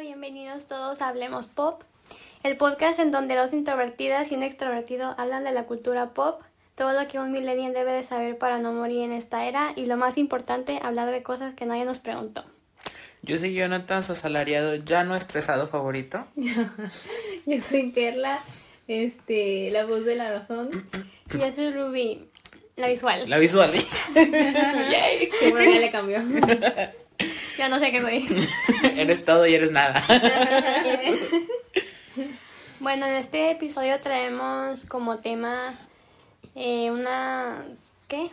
Bienvenidos todos a Hablemos Pop, el podcast en donde dos introvertidas y un extrovertido hablan de la cultura pop, todo lo que un millennial debe de saber para no morir en esta era y lo más importante, hablar de cosas que nadie nos preguntó. Yo soy Jonathan, su asalariado ya no estresado favorito. Yo soy Perla, este, la voz de la razón. Y yo soy Ruby, la visual. La visual. Que bueno, ya le cambió. Ya no sé qué soy. eres todo y eres nada. Bueno, en este episodio traemos como tema eh, unas... ¿Qué?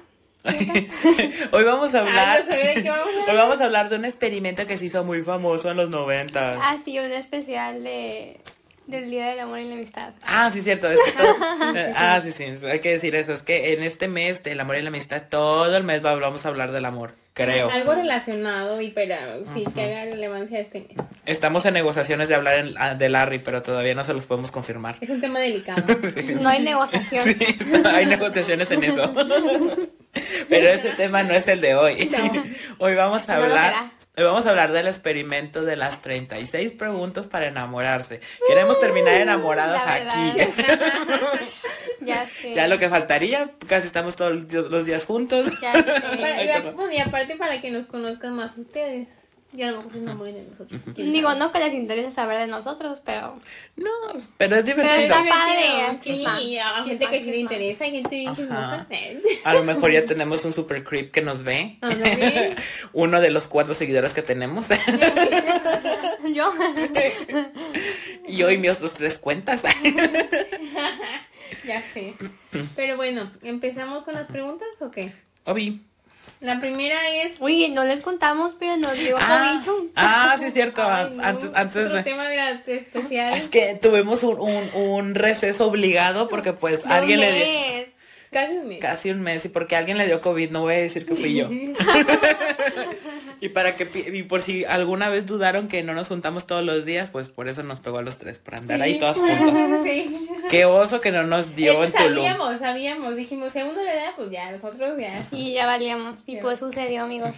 Hoy vamos a hablar. no sé de qué vamos a hablar. Hoy vamos a hablar de un experimento que se hizo muy famoso en los noventas. Ah, sí, un especial de... del Día del Amor y la Amistad. Ah, sí, cierto. es que todo- ah, sí, sí, hay que decir eso. Es que en este mes del amor y la amistad, todo el mes va- vamos a hablar del amor, creo. Algo relacionado y pero sí que haga relevancia a este mes. Estamos en negociaciones de hablar en- ah, de Larry, pero todavía no se los podemos confirmar. Es un tema delicado. No hay negociación. Sí, hay negociaciones en eso. Pero ese tema no es el de hoy. Hoy vamos a No lo hablar. será. Hoy vamos a hablar del experimento de las 36 preguntas para enamorarse. Queremos terminar enamorados Mm, la aquí. Ya sé. ya lo que faltaría, casi estamos todos los días- los días juntos. Ya Para- sé. y, a- bueno, y aparte para que nos conozcan más ustedes. Y a lo mejor se enamoren de nosotros. ¿Quién Digo, sabe? no que les interese saber de nosotros, pero No, pero Pero es divertido. está padre, ¿eh? Sí, chisma, y a chisma, gente que sí le chisma. interesa, hay gente bien Ajá. chismosa. A lo mejor ya tenemos un super creep que nos ve. Ah, Ándale. Uno de los cuatro seguidores que tenemos. yo. y hoy mis otros tres cuentas. Ya sé. Pero bueno, ¿empezamos con las preguntas o qué? Obi. La primera es. Uy, no les contamos, pero nos dio Ah, Javicho. ah, sí, es cierto. Ay, no, antes, antes otro de- tema de arte especial. Es que tuvimos un, un, un receso obligado porque pues De un alguien le dio mes. Casi un mes. casi un mes y porque alguien le dio COVID, no voy a decir que fui yo. y para que pi- y por si alguna vez dudaron que no nos juntamos todos los días, pues por eso nos pegó a los tres, para andar ahí todas juntas. Sí. Qué oso que no nos dio Es en que Tulum. sabíamos, sabíamos. Dijimos, si a uno le da, pues ya, nosotros ya. Sí, ya valíamos. Y Ya. pues sucedió, amigos.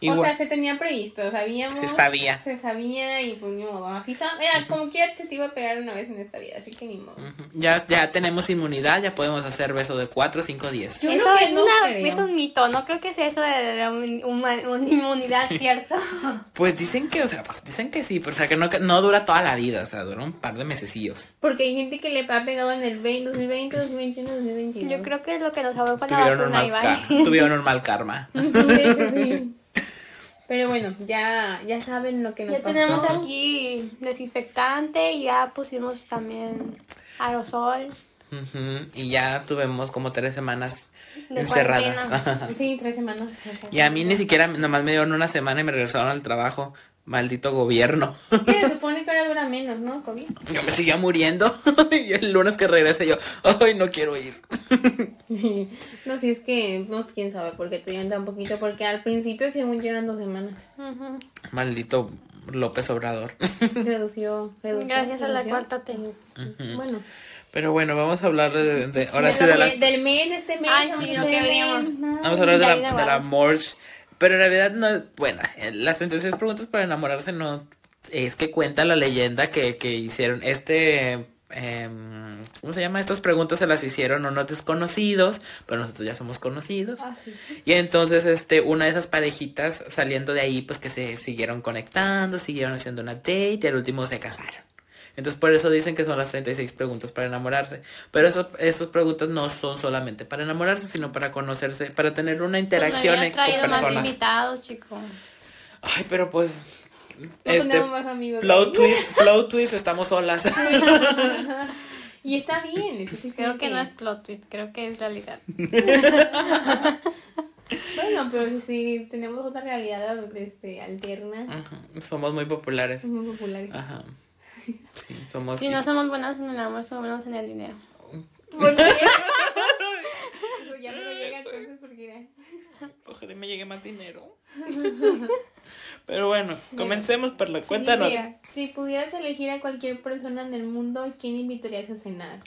Y o bueno, sea, se tenía previsto, sabíamos. se sabía. Se sabía y pues ni modo. Así sab- Era como que te, te iba a pegar una vez en esta vida, así que ni modo. Mm. Ya, ya tenemos inmunidad, ya podemos hacer beso de 4, 5, 10. Yo eso creo que es, no una- creo. es un mito, no creo que sea eso de la un- huma- una inmunidad, ¿cierto? Pues dicen que, o sea, pues dicen que sí, pero o sea, que no, que no dura toda la vida, o sea, dura un par de mesecillos. Porque hay gente que le ha pegado en el 20, 2020, 2021, 2022. Yo creo que lo que nos habló fue la Tuvieron un, vacuna, mal Iván. ca- tuvieron un mal karma. De hecho, sí. Pero bueno, ya, ya saben lo que nos Ya pasó. tenemos aquí desinfectante y ya pusimos también aerosol. Ujú, Y ya tuvimos como tres semanas De encerradas. cuarentena. Sí, tres semanas. y a mí ni siquiera, nomás me dieron una semana y me regresaron al trabajo. Maldito gobierno. Que se supone que ahora dura menos, ¿no? COVID. Yo me seguía muriendo. y el lunes que regresé yo, ay, no quiero ir. No, si es que, no, quién sabe, porque te dieron tan poquito, porque al principio según yo eran dos semanas. Ujú. Maldito López Obrador. Redució, redució. Gracias a la redució. cuarta T. Bueno, Pero bueno, vamos a hablar de, de- ahora de sí lo de que- las... del mes, de este mes. Ay, de sí, este lo que mes, veníamos. madre. Vamos a hablar de David la, de la Aguadas. Morge. Pero en realidad no es buena. Las 36 preguntas para enamorarse no. Es que cuenta la leyenda que, que hicieron este. em, ¿Cómo se llama? Estas preguntas se las hicieron unos desconocidos, pero nosotros ya somos conocidos. Ah, sí. Y entonces, este, una de esas parejitas saliendo de ahí, pues que se siguieron conectando, siguieron haciendo una date y al último se casaron. Entonces, por eso dicen que son las 36 preguntas para enamorarse. Pero eso, estas preguntas no son solamente para enamorarse, sino para conocerse, para tener una Pues interacción no había con traído más personas. invitados, chico. Ay, pero pues. No este, tenemos más amigos. plot twist, plot twist, estamos solas. Y está bien. eso sí, Creo sí, que no es plot twist, creo que es realidad. Bueno, pero sí, sí, tenemos otra realidad este, alterna, Ajá, Somos muy populares. muy populares. Ajá. Sí, somos. Si no somos buenos en el amor, somos buenos en el dinero. Porque ya no llega entonces porque era- Ojalá y me llegue más dinero. Pero bueno, comencemos por la cuenta. Sí, mira, si pudieras elegir a cualquier persona en el mundo, ¿quién invitarías a cenar?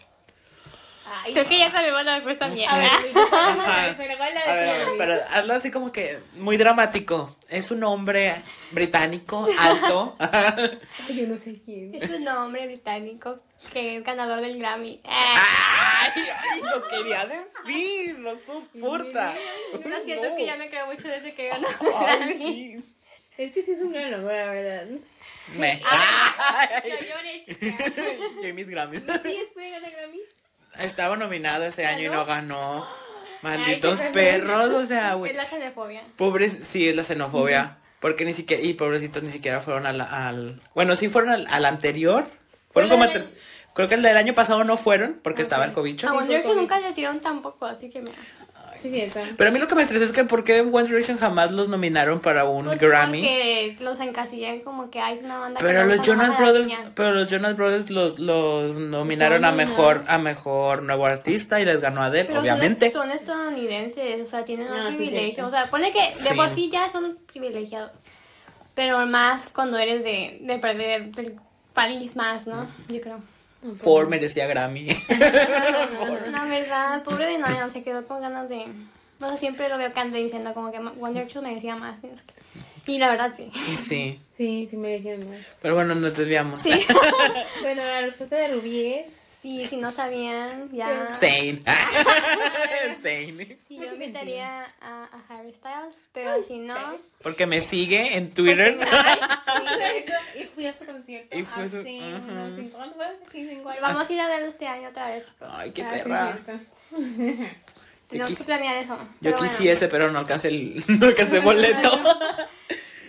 Ay, Creo que ya sabemos la respuesta mía. a ver, sí, yo- Ajá. pero ¿cuál es Ah. A la ver, de a ver, Jerry? pero hazlo así como que muy dramático. Es un hombre británico, alto. Ay, yo no sé quién. Es un hombre británico que es ganador del Grammy. Ah, ¡Ay! ¡Ay! Lo quería decir, no soporta. lo siento es que ya me creo mucho desde que ganó el Grammy. Ay, sí. Es que sí es un gran logro, la verdad. Me. Yo lloré, chica. Yo y mis Grammys. ¿Sí después de ganar Grammy? Estaba nominado ese año y no ganó. Malditos Ay, qué perros, o sea, güey. Es la xenofobia. Pobres, sí, es la xenofobia. Porque ni siquiera, y pobrecitos ni siquiera fueron al, al- bueno, sí fueron al, al anterior. Fueron Fue como, el tre- del- creo que el del año pasado no fueron porque estaba el A cobicho. One Direction nunca les dieron tampoco, así que mira. Sí, cierto. Pero a mí lo que me estresa es que por qué One Direction jamás los nominaron para un Pues Grammy. Porque los encasillan como que hay una banda que Pero no los usa nada Jonas para Brothers, niñas. pero los Jonas Brothers los, los nominaron a mejor, a mejor nuevo artista y les ganó Adele, Pero son- obviamente. Son, estadounidenses, o sea, tienen Ah, un sí, privilegio. cierto. O sea, pone que de Sí. por sí ya son privilegiados. Pero más cuando eres de, de, de- del país más, ¿no? Yo creo. Ford merecía Grammy. La verdad, pobre de Nayan, se quedó con ganas de... O sea, siempre lo veo cante diciendo como que One Direction merecía más. ¿sí? Y la verdad, sí. Y sí. Sí, sí merecían más. Pero bueno, nos desviamos. Sí. Bueno, la respuesta de Rubí es... Sí, si no sabían, ya... Zane. Zane. Sí, yo Mucho invitaría a, a Harry Styles, pero si no... pues, Porque me sigue en Twitter. Ay, sí. Y fui a su concierto Y fue su- hace ajá. unos cinco años, ¿cuántos fue? Cinco años. Vamos a ir a verlo este año otra vez. Ay, qué Ah, sí, perra. cierto. Tenemos que quis- planear eso. Yo pero bueno, quisiese, pero no alcancé el, no alcancé boleto.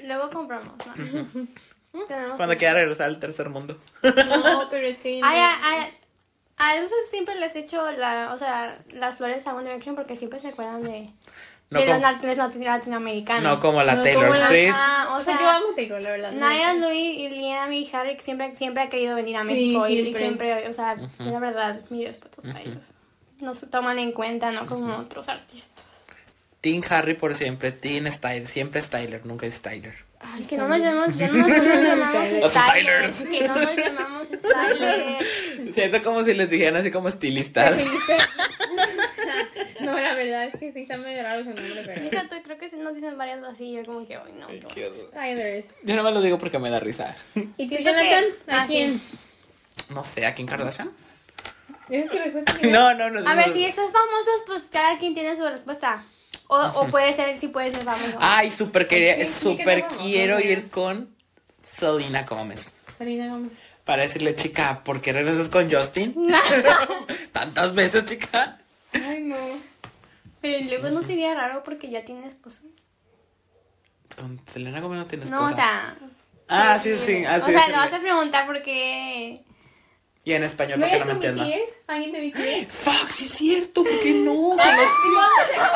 luego compramos. ¿no? Tenemos Cuando que- quiera regresar al tercer mundo. No, pero es que... Ay, ay, ay, a ellos siempre les echo la, o sea, las flores a One Direction porque siempre se acuerdan de, No de los como- lati- lati- latinoamericanos. No como la No, Taylor como la- Swift. Ah, O sea, yo amo Taylor, la verdad. Naya, Luis, y Liam y Harry siempre, siempre ha querido venir a Sí, México y- y siempre. siempre, o sea, la verdad, mi respeto para ellos. No se toman en cuenta, no como otros artistas. Team Harry por siempre. Team Styler. Siempre Styler. Nunca es Styler. Ay, que no nos llamamos, ya no nos, no nos llamamos Los Stylers. Stylers. Que no nos llamamos Stylers. Siento como si les dijeran así como estilistas. No, la verdad es que sí está medio raro su nombre, pero... Fíjate, creo que sí nos dicen varias así. Yo, como que, ay, no. pues". qué bueno. Tylers. Yo no me lo digo porque me da risa. ¿Y tú, Siento Jonathan? que- ¿A ah, sí. quién? No sé, ¿a Kim Kardashian? ¿Esa es tu respuesta? No, no, no. A ver, no. si esos famosos, pues cada quien tiene su respuesta. O, o puede ser, sí puede ser famoso. Ay, súper quería, Sí, sí, que súper no, no, quiero no. ir con Selena Gómez. Selena Gomez. Para decirle, chica, ¿por qué regresas con Justin? Tantas veces, chica. Ay, no. Pero luego no sería raro porque ya tiene esposa. Con Selena Gómez no tienes No, o sea. Ah, sí, sí, o así sea, es. le vas a preguntar por qué. Y en español, ¿No para que no eres me con entienda. BTS? ¿Alguien de BTS? Fuck, sí es cierto, ¿por qué no? Conocí- ¡Ay,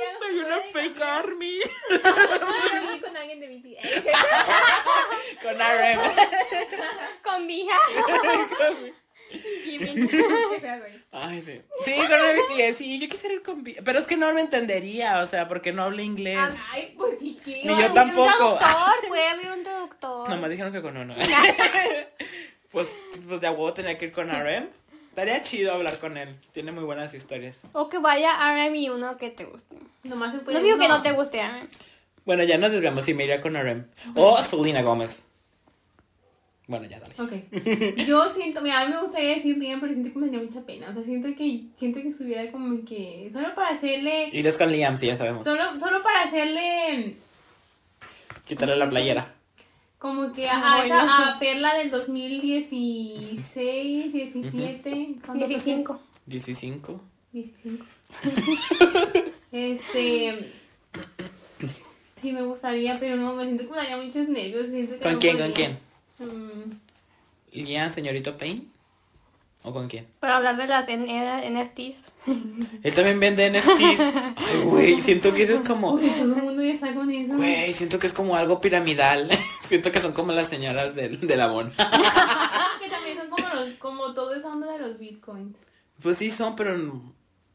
Ya no! no, Soy ya no una puede. fake army. No, no, Ah, con alguien de BTS. Con RM. Ah, Con Vija. Qué fea, güey. Ay, sí. Sí, con una BTS. Sí, yo quisiera ir con... B- Pero es que no lo entendería, o sea, porque no habla inglés. Ah, Ay, pues si quieres. Ni yo tampoco. Un traductor, puede haber un traductor. Nomás dijeron que con uno. pues, pues de a huevo tenía que ir con RM. Estaría chido hablar con él. Tiene muy buenas historias. O que vaya a RM y uno que te guste. Nomás se puede. No digo que no te guste ¿eh? RM. Bueno, ya nos desviamos y me iría con RM. O Selena Gómez. Bueno, ya dale. Ok. Yo siento, mira, a mí me gustaría decir bien, pero siento que me daría mucha pena. O sea, siento que siento que estuviera como que solo para hacerle Irás con Liam, sí, ya sabemos. solo solo para hacerle Quitarle la playera. como que a, a Ay, esa- no. a Perla del 2016, 17, ¿cuándo fue? 15. 15. 15. este Sí me gustaría, pero no, me siento que me daría muchos nervios, siento que ¿Con no quién? ¿Con podría. quién? Mm. ¿Liam, señorito Payne? ¿O con quién? Para hablar de las N- N- NFTs. Él también vende NFTs. Ay, güey, siento que eso es como. Porque todo el mundo ya está con eso. Güey, siento que es como algo piramidal. siento que son como las señoras del, de la bona. Ah, que también son como los, como todo esa onda de los bitcoins. Pues sí son, pero n-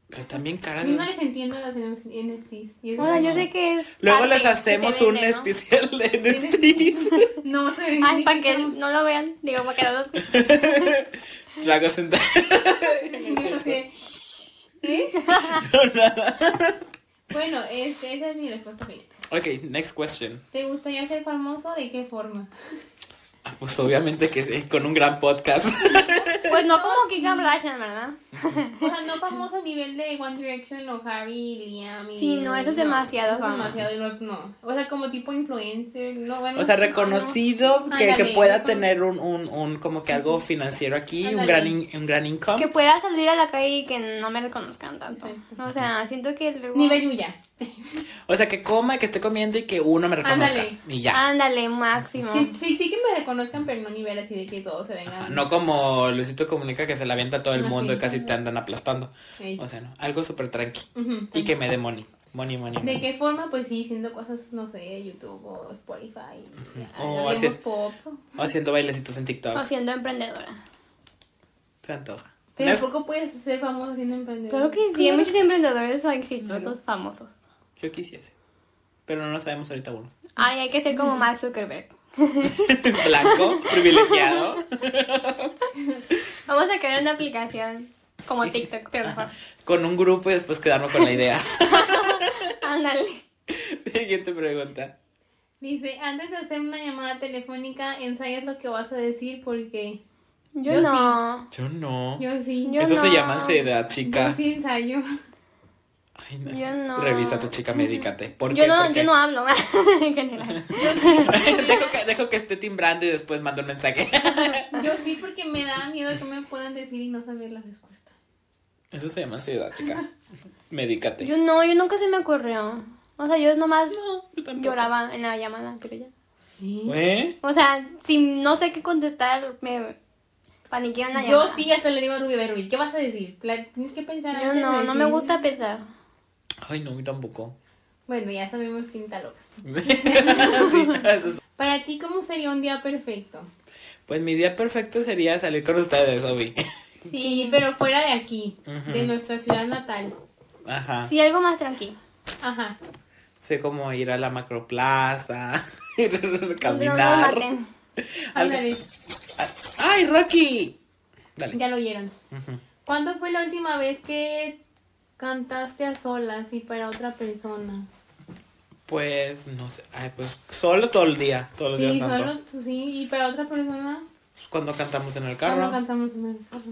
Pero también caras. Yo no les entiendo a los NFTs. Y es Bueno, yo como- sé que es. Luego arte les que se hacemos vende, un ¿no? especial de NFTs. No, se ve. Ay, para que no lo vean, digo, para que no lo Drago sentado. No sé. ¿Eh? Bueno, este, esa es mi respuesta final. Ok, next question. ¿Te gustaría ser famoso? ¿De qué forma? Ah, pues obviamente que sí, con un gran podcast. Pues no como Kika Kardashian, ¿verdad? O sea, no famoso a nivel de One Direction o Harry, Liam. y- Sí, no, eso es demasiado eso es fama. demasiado, y los- no. O sea, como tipo influencer. No, bueno, O sea, no, reconocido no. que, que Ándale, pueda reconocido. tener un, un, un como que algo financiero aquí, un Ándale. gran, in- un gran income. Que pueda salir a la calle y que no me reconozcan tanto. Exacto. O sea, siento que luego... Nivel Yuya. O sea, que coma, que esté comiendo y que uno me reconozca. Ándale. Ah, Y ya. Ándale, máximo. Sí, sí, sí que me reconozcan, pero no nivel así de que todos se Ajá, vengan. No como Luisito comunica que se la avienta a todo el Ah, mundo y sí. casi te andan aplastando. Sí. O sea, no, algo súper tranqui. Ujú. Y que me dé money. Money, money. ¿De money. qué forma? Pues sí, haciendo cosas, no sé, YouTube o Spotify. O O hacer- pop. O haciendo bailecitos en TikTok. O siendo emprendedora. Se antoja. Pero Next- tampoco puedes ser famoso siendo emprendedor. Claro que sí, hay muchos emprendedores o exitosos famosos. Yo quisiese. Pero no lo sabemos ahorita uno. Ay, hay que ser como Mark Zuckerberg. Blanco, privilegiado. Vamos a crear una aplicación como TikTok, pero mejor. Con un grupo y después quedarnos con la idea. Ándale. Siguiente pregunta. Dice, antes de hacer una llamada telefónica, ensayas lo que vas a decir porque Yo, Yo no. Yo no. yo sí. Yo Eso se no. llama ansiedad, chica. Yo sí ensayo. Ay, no. Yo no. Revísate, chica, medícate. ¿Por Yo qué? no, ¿Por yo qué? no hablo en general. dejo, que, dejo que esté timbrando y después mando un mensaje. Yo sí porque me da miedo que me puedan decir y no saber la respuesta. Eso se llama ansiedad, chica. Medícate. Yo no, yo nunca se me ocurrió. O sea, yo nomás No, yo tampoco. lloraba en la llamada, pero ya. ¿Eh? O sea, si no sé qué contestar, me paniqueo en la Yo llamada. sí hasta le digo a Ruby, "A ver, Ruby, ¿qué vas a decir? La- tienes que pensar Yo antes no, de no me decir". gusta pensar. Ay, no, yo tampoco. Bueno, ya sabemos quién está loca. Sí, eso es- Para ti, ¿cómo sería un día perfecto? Pues mi día perfecto sería salir con ustedes, Obi. Sí, pero fuera de aquí, Ujú. de nuestra ciudad natal. Ajá. Sí, algo más tranquilo. Ajá. Sé cómo ir a la macroplaza, ir a Donde no nos caminar. maten. Al- Ándale, ¡Ay, Rocky! Dale. ya lo oyeron. Ujú. ¿Cuándo fue la última vez que cantaste a solas y para otra persona? Pues, no sé. Ay, pues, solo todo el día. Todos los Sí, días canto. solo tú sí, y para otra persona. Cuando cantamos en el carro. ¿Cuándo cantamos en el carro?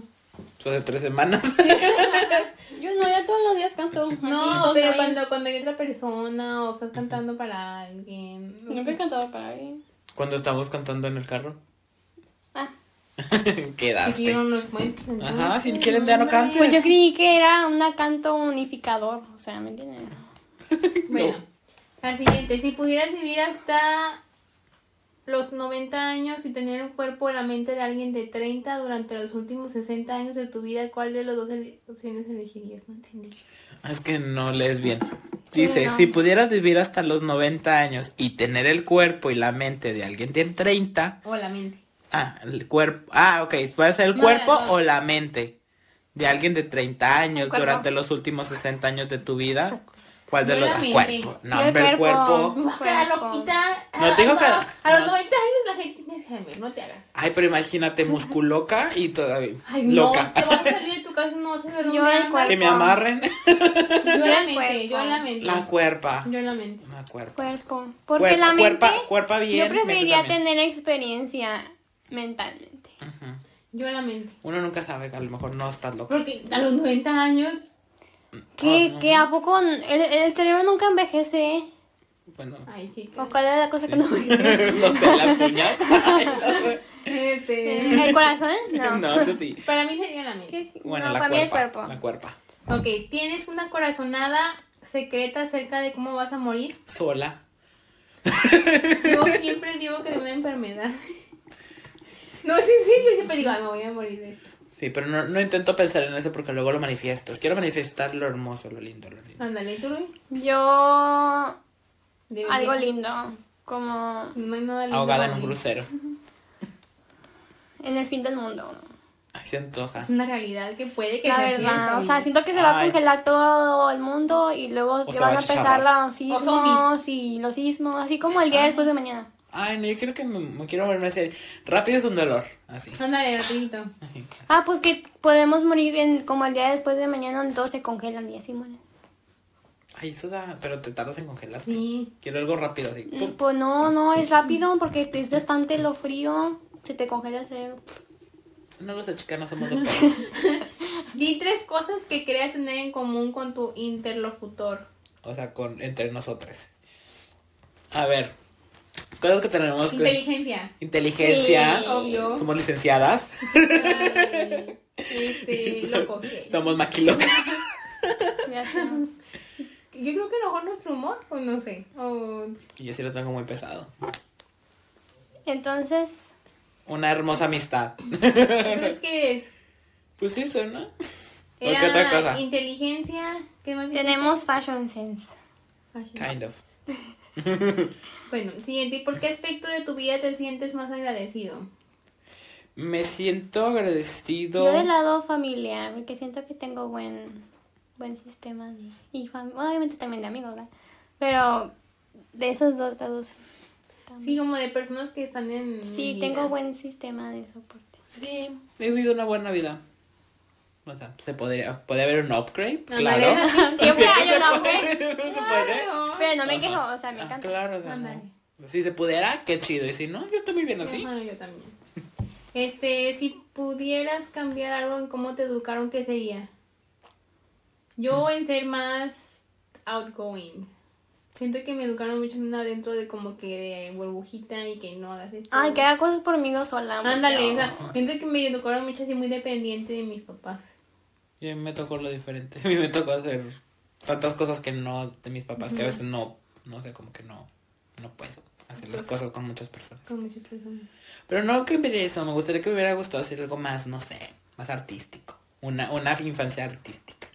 Hace tres semanas. Yo no, yo todos los días canto. No, pero cuando, cuando hay otra persona o estás cantando para alguien. Nunca he cantado para alguien. Cuando estábamos cantando en el carro. Ah, Aquí no Quedaste. nos cuentes, entonces. Ajá, si quieren ya no cantes. pues yo creí que era un canto unificador, o sea, ¿me entienden? Bueno, al siguiente. Si pudieras vivir hasta los 90 años y tener el cuerpo o la mente de alguien de 30 durante los últimos 60 años de tu vida, ¿cuál de los dos ele- opciones elegirías? No entendí. Ah, Es que no lees bien. Sí, Dice, no. si pudieras vivir hasta los 90 años y tener el cuerpo y la mente de alguien de 30, O la mente. ah, el cuerpo, ah, ok, ¿puede ser el No, cuerpo las dos. o la mente de alguien de 30 años El cuerpo. durante los últimos 60 años de tu vida? ¿Cuál de Yo los la dos? mente. Cuerpo. No, Yo el hombre, el cuerpo. cuerpo. Vas a quedar Cuerpo. loquita. A, No, te digo a- que- a los no. 90 años la gente tiene Alzheimer, no te hagas. Ay, pero imagínate, musculoca y todavía Ay, no, loca. te vas a salir de tu casa, no vas a ver Yo dónde el andas. cuerpo. Que me amarren Yo la El mente, yo cuerpo. la mente. la cuerpa. Yo la mente. La cuerpa. Cuerpo. Porque la mente. cuerpa, cuerpa bien. yo mente preferiría también. Ah, tener experiencia mentalmente. Ujú. Yo la mente. Uno nunca sabe, a lo mejor no estás loco. Porque a los 90 años ¿Qué, Ajá. qué, a poco n- el, el cerebro nunca envejece? eh? Bueno, Ay, chica. ¿O cuál era la cosa que no envejece? no sé, las uñas. Ay, no sé. Este, ¿El corazón? No. No, eso sí. Para mí sería la mente. ¿Qué? Bueno, no, la para cuerpa, mí el cuerpo. La cuerpa. Ok, ¿tienes una corazonada secreta acerca de cómo vas a morir? Sola. Yo siempre digo que de una enfermedad. No, es en serio, yo siempre digo, ay, me voy a morir de esto. Sí, pero no, no intento pensar en eso porque luego lo manifiestas. Quiero manifestar lo hermoso, lo lindo, lo lindo. Ándale, tú, Rui. Yo. De Algo bebé. lindo. Como No hay nada lindo. Ahogada en un para mí. crucero. en el fin del mundo. ¿no? Ay, se antoja. Es una realidad que puede que La se sienta verdad, o y- sea, siento que se va a Ay. congelar todo el mundo y luego O ya se va van a a achicharrar. empezar los zombies. Ah. sismos y los sismos, así como el día después de mañana. Ay, no, yo creo que me, me quiero verme así. Rápido es un dolor. Así. Ándale, rapidito. Ay, Ah, pues que podemos morir en, como el día después de mañana donde todos se congelan y así mueren. Ay, eso da. Pero te tardas en congelarte. Sí. Quiero algo rápido así. Mm, Pum. Pues no, no, es rápido porque es bastante lo frío, se te congela el cerebro. No los achicanos somos doctores. Di tres cosas que creas tener en común con tu interlocutor. o sea, con entre nosotras. A ver. Cosas que tenemos. que- Inteligencia. Inteligencia. Sí. Obvio. Somos licenciadas. Ay, este, loco. sí. Somos maquilocas. Gracias. Yo creo que a lo mejor nuestro humor, o no sé. O Y yo sí lo tengo muy pesado. Entonces, Una hermosa amistad. entonces, ¿qué es? Pues eso, ¿no? qué Era otra cosa? inteligencia. ¿Qué más? dijiste? tenemos fashion sense. Ay, sí. Kind of. Bueno, siguiente. ¿Por qué aspecto de tu vida te sientes más agradecido? Me siento agradecido. Yo del lado familiar, porque siento que tengo buen, buen sistema de, y fam- obviamente también de amigos, ¿verdad? Pero de esos dos lados. Sí, como de personas que están en. Sí, mi vida. tengo buen sistema de soporte. Sí, he vivido una buena vida. O sea, se podría, podría haber un upgrade, Ándale, claro. es así. Siempre hay Se un puede, hombre, se puede. Claro. pero no me quejo, o sea, me Ah, encanta. claro, o sea, Ándale. no. Si se pudiera, qué chido. Y si no, yo estoy muy bien así. Ajá, yo también. Este, si pudieras cambiar algo en cómo te educaron, ¿qué sería? Mm. Yo en ser más outgoing. Siento que me educaron mucho en una dentro de como que de burbujita y que no hagas esto. Ay, que haga cosas por mí yo sola. hombre. Ándale, o sea, siento que me educaron mucho así muy dependiente de mis papás. Y a mí me tocó lo diferente. A mí me tocó hacer tantas cosas que no de mis papás, que a veces no, no sé, como que no, no puedo hacer las cosas con muchas personas. Con muchas personas. Pero no cambiaría eso. Me gustaría que me hubiera gustado hacer algo más, no sé, más artístico. Una, una infancia artística.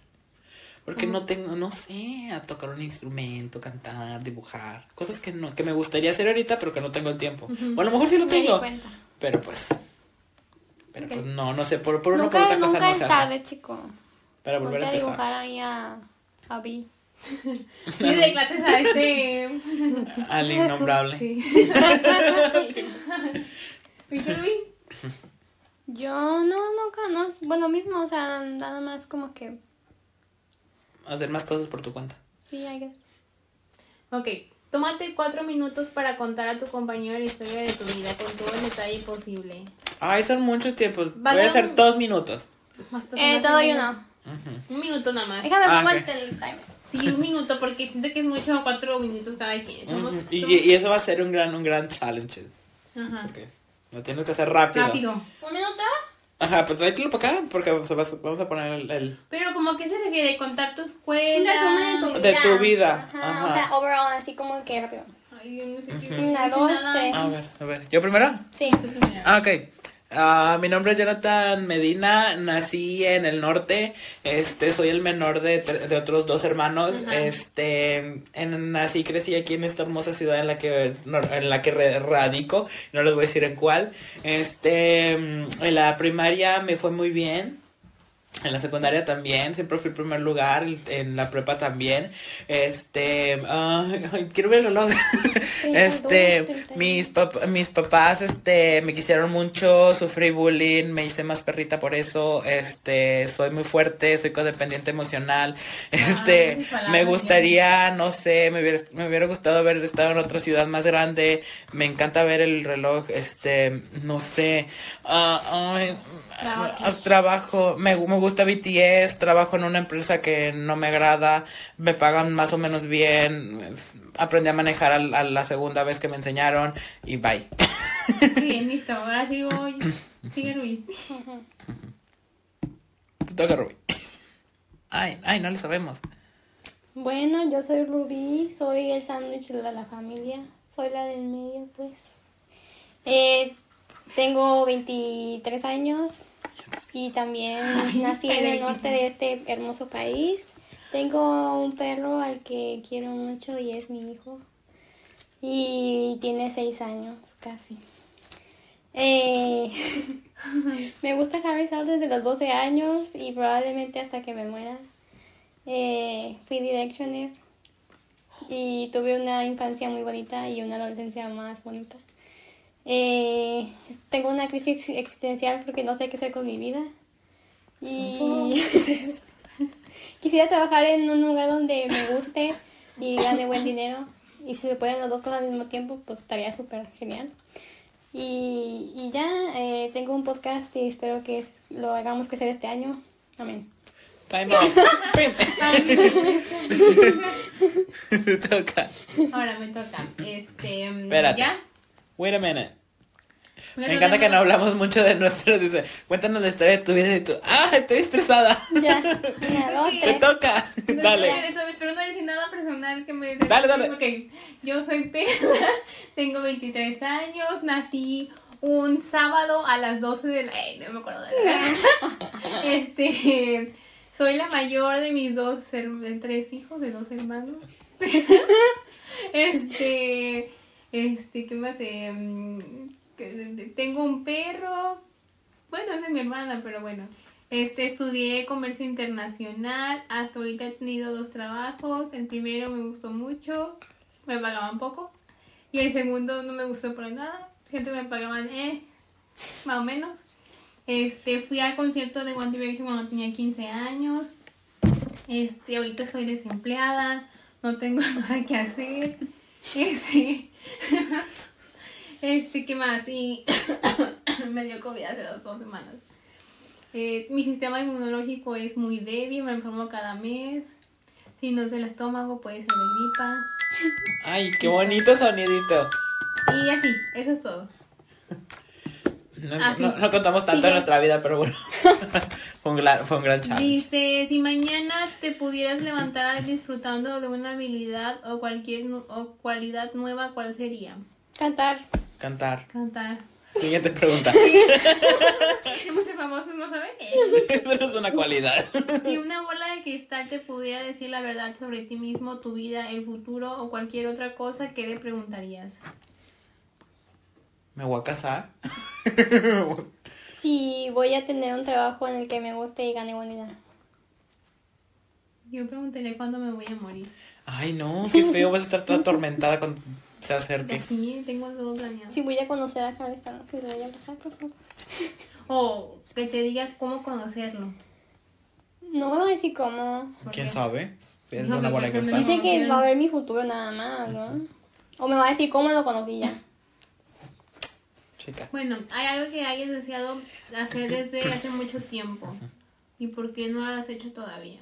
Porque no tengo, no sé, a tocar un instrumento, cantar, dibujar. Cosas que no, que me gustaría hacer ahorita, pero que no tengo el tiempo. O a lo mejor sí lo Me di tengo. cuenta. Pero pues. Pero Ok. pues no, no sé, por, por una por Nunca, otra cosa nunca no es se hace. tarde, chico. Para volver Ponte a a empezar. dibujar ahí a, a Vi. Y de clases a este. Al innombrable. Sí. ¿Y tú, Luis? Yo no, nunca, no, es- bueno, mismo, o sea, nada más como que, Hacer más cosas por tu cuenta. sí, I guess. Ok, tómate cuatro minutos para contar a tu compañero la historia de tu vida con todo el detalle posible. Ay, son muchos tiempos. Va a Voy a ser hacer un- dos minutos. Más tos- Eh, más todo y menos. uno. Ujú. Un minuto nada más. Déjame Ah, pongo ok. el tel- timer. Sí, un minuto, porque siento que es mucho cuatro minutos cada quien. Somos, Ujú. Y, somos- y eso va a ser un gran, un gran challenge. Ajá. Porque lo tienes que hacer rápido. Rápido. ¿Un minuto? Ajá, pues tráetelo para acá porque vas- vas- vamos a poner el... el- Pero como que se refiere contar tu Un escuela. resumen de tu vida. De tu vida, Ajá, ajá. O sea, overall, así como que rápido. Ay, yo no sé qué. Ujú. Una, no sé dos, nada. tres. A ver, a ver. ¿Yo primero? Sí. Tú primero. Ah, ok. Ah, mi nombre es Jonathan Medina, nací en el norte, este, soy el menor de, tre- de otros dos hermanos, este, en, nací y crecí aquí en esta hermosa ciudad en la que, no- en la que re- radico, no les voy a decir en cuál, este, mm, en la primaria me fue muy bien, en la secundaria también, siempre fui primer lugar, en la prepa también. Este, ah, ay, quiero ver el reloj. este, 32. mis, pap- mis papás, este, me quisieron mucho, sufrí bullying, me hice más perrita por eso. Este, soy muy fuerte, soy codependiente emocional. Este, esas Ah, palabras, me bien. gustaría, no sé, me hubiera, me hubiera gustado haber estado en otra ciudad más grande. Me encanta ver el reloj, este, no sé. ah, ay, Trabajo. ah, trabajo, me, me gusta BTS, trabajo en una empresa que no me agrada, me pagan más o menos bien, es- aprendí a manejar al- a, la segunda vez que me enseñaron y bye. Bien, listo. Ahora sigo. yo. Sigue Luis. Toca Rubí. Ay, ay, no le sabemos. Bueno, yo soy Rubí, soy el sándwich de la, la familia, soy la del medio, pues. Eh, tengo 23 años y también nací en el norte de este hermoso país. Tengo un perro al que quiero mucho y es mi hijo. Y tiene 6 años, casi. Eh, Me gusta Harry Styles desde los 12 años y probablemente hasta que me muera. Eh, fui Directioner y tuve una infancia muy bonita y una adolescencia más bonita. Eh, tengo una crisis ex- existencial porque no sé qué hacer con mi vida. Y quisiera trabajar en un lugar donde me guste y gane buen dinero. Y si se pueden las dos cosas al mismo tiempo, pues estaría súper genial. Y, y ya eh, tengo un podcast y espero que lo hagamos crecer este año. Amén. Time out. Pim. Te toca. Ahora me toca. Este, Espérate. ¿ya? Wait a minute. Me encanta que no hablamos mucho de nuestros. Dice, cuéntanos la historia de tu vida y tú. ¡Ah! Estoy estresada. Ya. Una, dos, Te tres. toca. No, Dale. espera, eso, Espero no decir nada personal que me... Dale, dale. Ok, yo soy Perla, tengo 23 años, nací un sábado a las 12 de la... Ay, no me acuerdo de la hora. Este, soy la mayor de mis dos, her- de tres hijos, de dos hermanos. Este, este, ¿qué más? Em, que- tengo un perro, bueno, es de mi hermana, pero bueno. Este, estudié comercio internacional. Hasta ahorita he tenido dos trabajos. El primero me gustó mucho. Me pagaban poco. Y el segundo no me gustó para nada. Siento que me pagaban, eh, más o menos. Este, fui al concierto de One Direction cuando tenía 15 años. Este, ahorita estoy desempleada. No tengo nada que hacer. Este, este ¿qué más? Y me dio COVID hace dos, dos semanas. Eh, mi sistema inmunológico es muy débil, me enfermo cada mes. Si no es del estómago, puede ser de gripa. Ay, qué bonito sonidito. Y así, eso es todo. No, Ah, sí. no- no contamos tanto de Sigue. nuestra vida, pero bueno. fue, un gran, fue un gran challenge. Dice, si mañana te pudieras levantar disfrutando de una habilidad o cualquier nu- o cualidad nueva, ¿cuál sería? Cantar. Cantar. Cantar. Siguiente pregunta. Hemos de famosos, ¿no saben? Eso no es una cualidad. Si una bola de cristal te pudiera decir la verdad sobre ti mismo, tu vida, el futuro o cualquier otra cosa, ¿qué le preguntarías? Me voy a casar. Si voy a tener un trabajo en el que me guste y gane buen dinero. Yo preguntaría cuándo me voy a morir. Ay, no, qué feo. Vas a estar toda atormentada cuando se acerque. Así, tengo todo planeado. Si voy a conocer a Harry Styles, si lo voy a abrazar, por favor. O que te diga cómo conocerlo. No me va a decir cómo. ¿Por ¿Quién qué? sabe? Es No, una mi bola de perfil cristal. Dice que va a ver mi futuro nada más, ¿no? O me va a decir cómo lo conocí ya. Chica. Bueno, hay algo que hayas deseado hacer desde hace mucho tiempo. ¿Y por qué no lo has hecho todavía?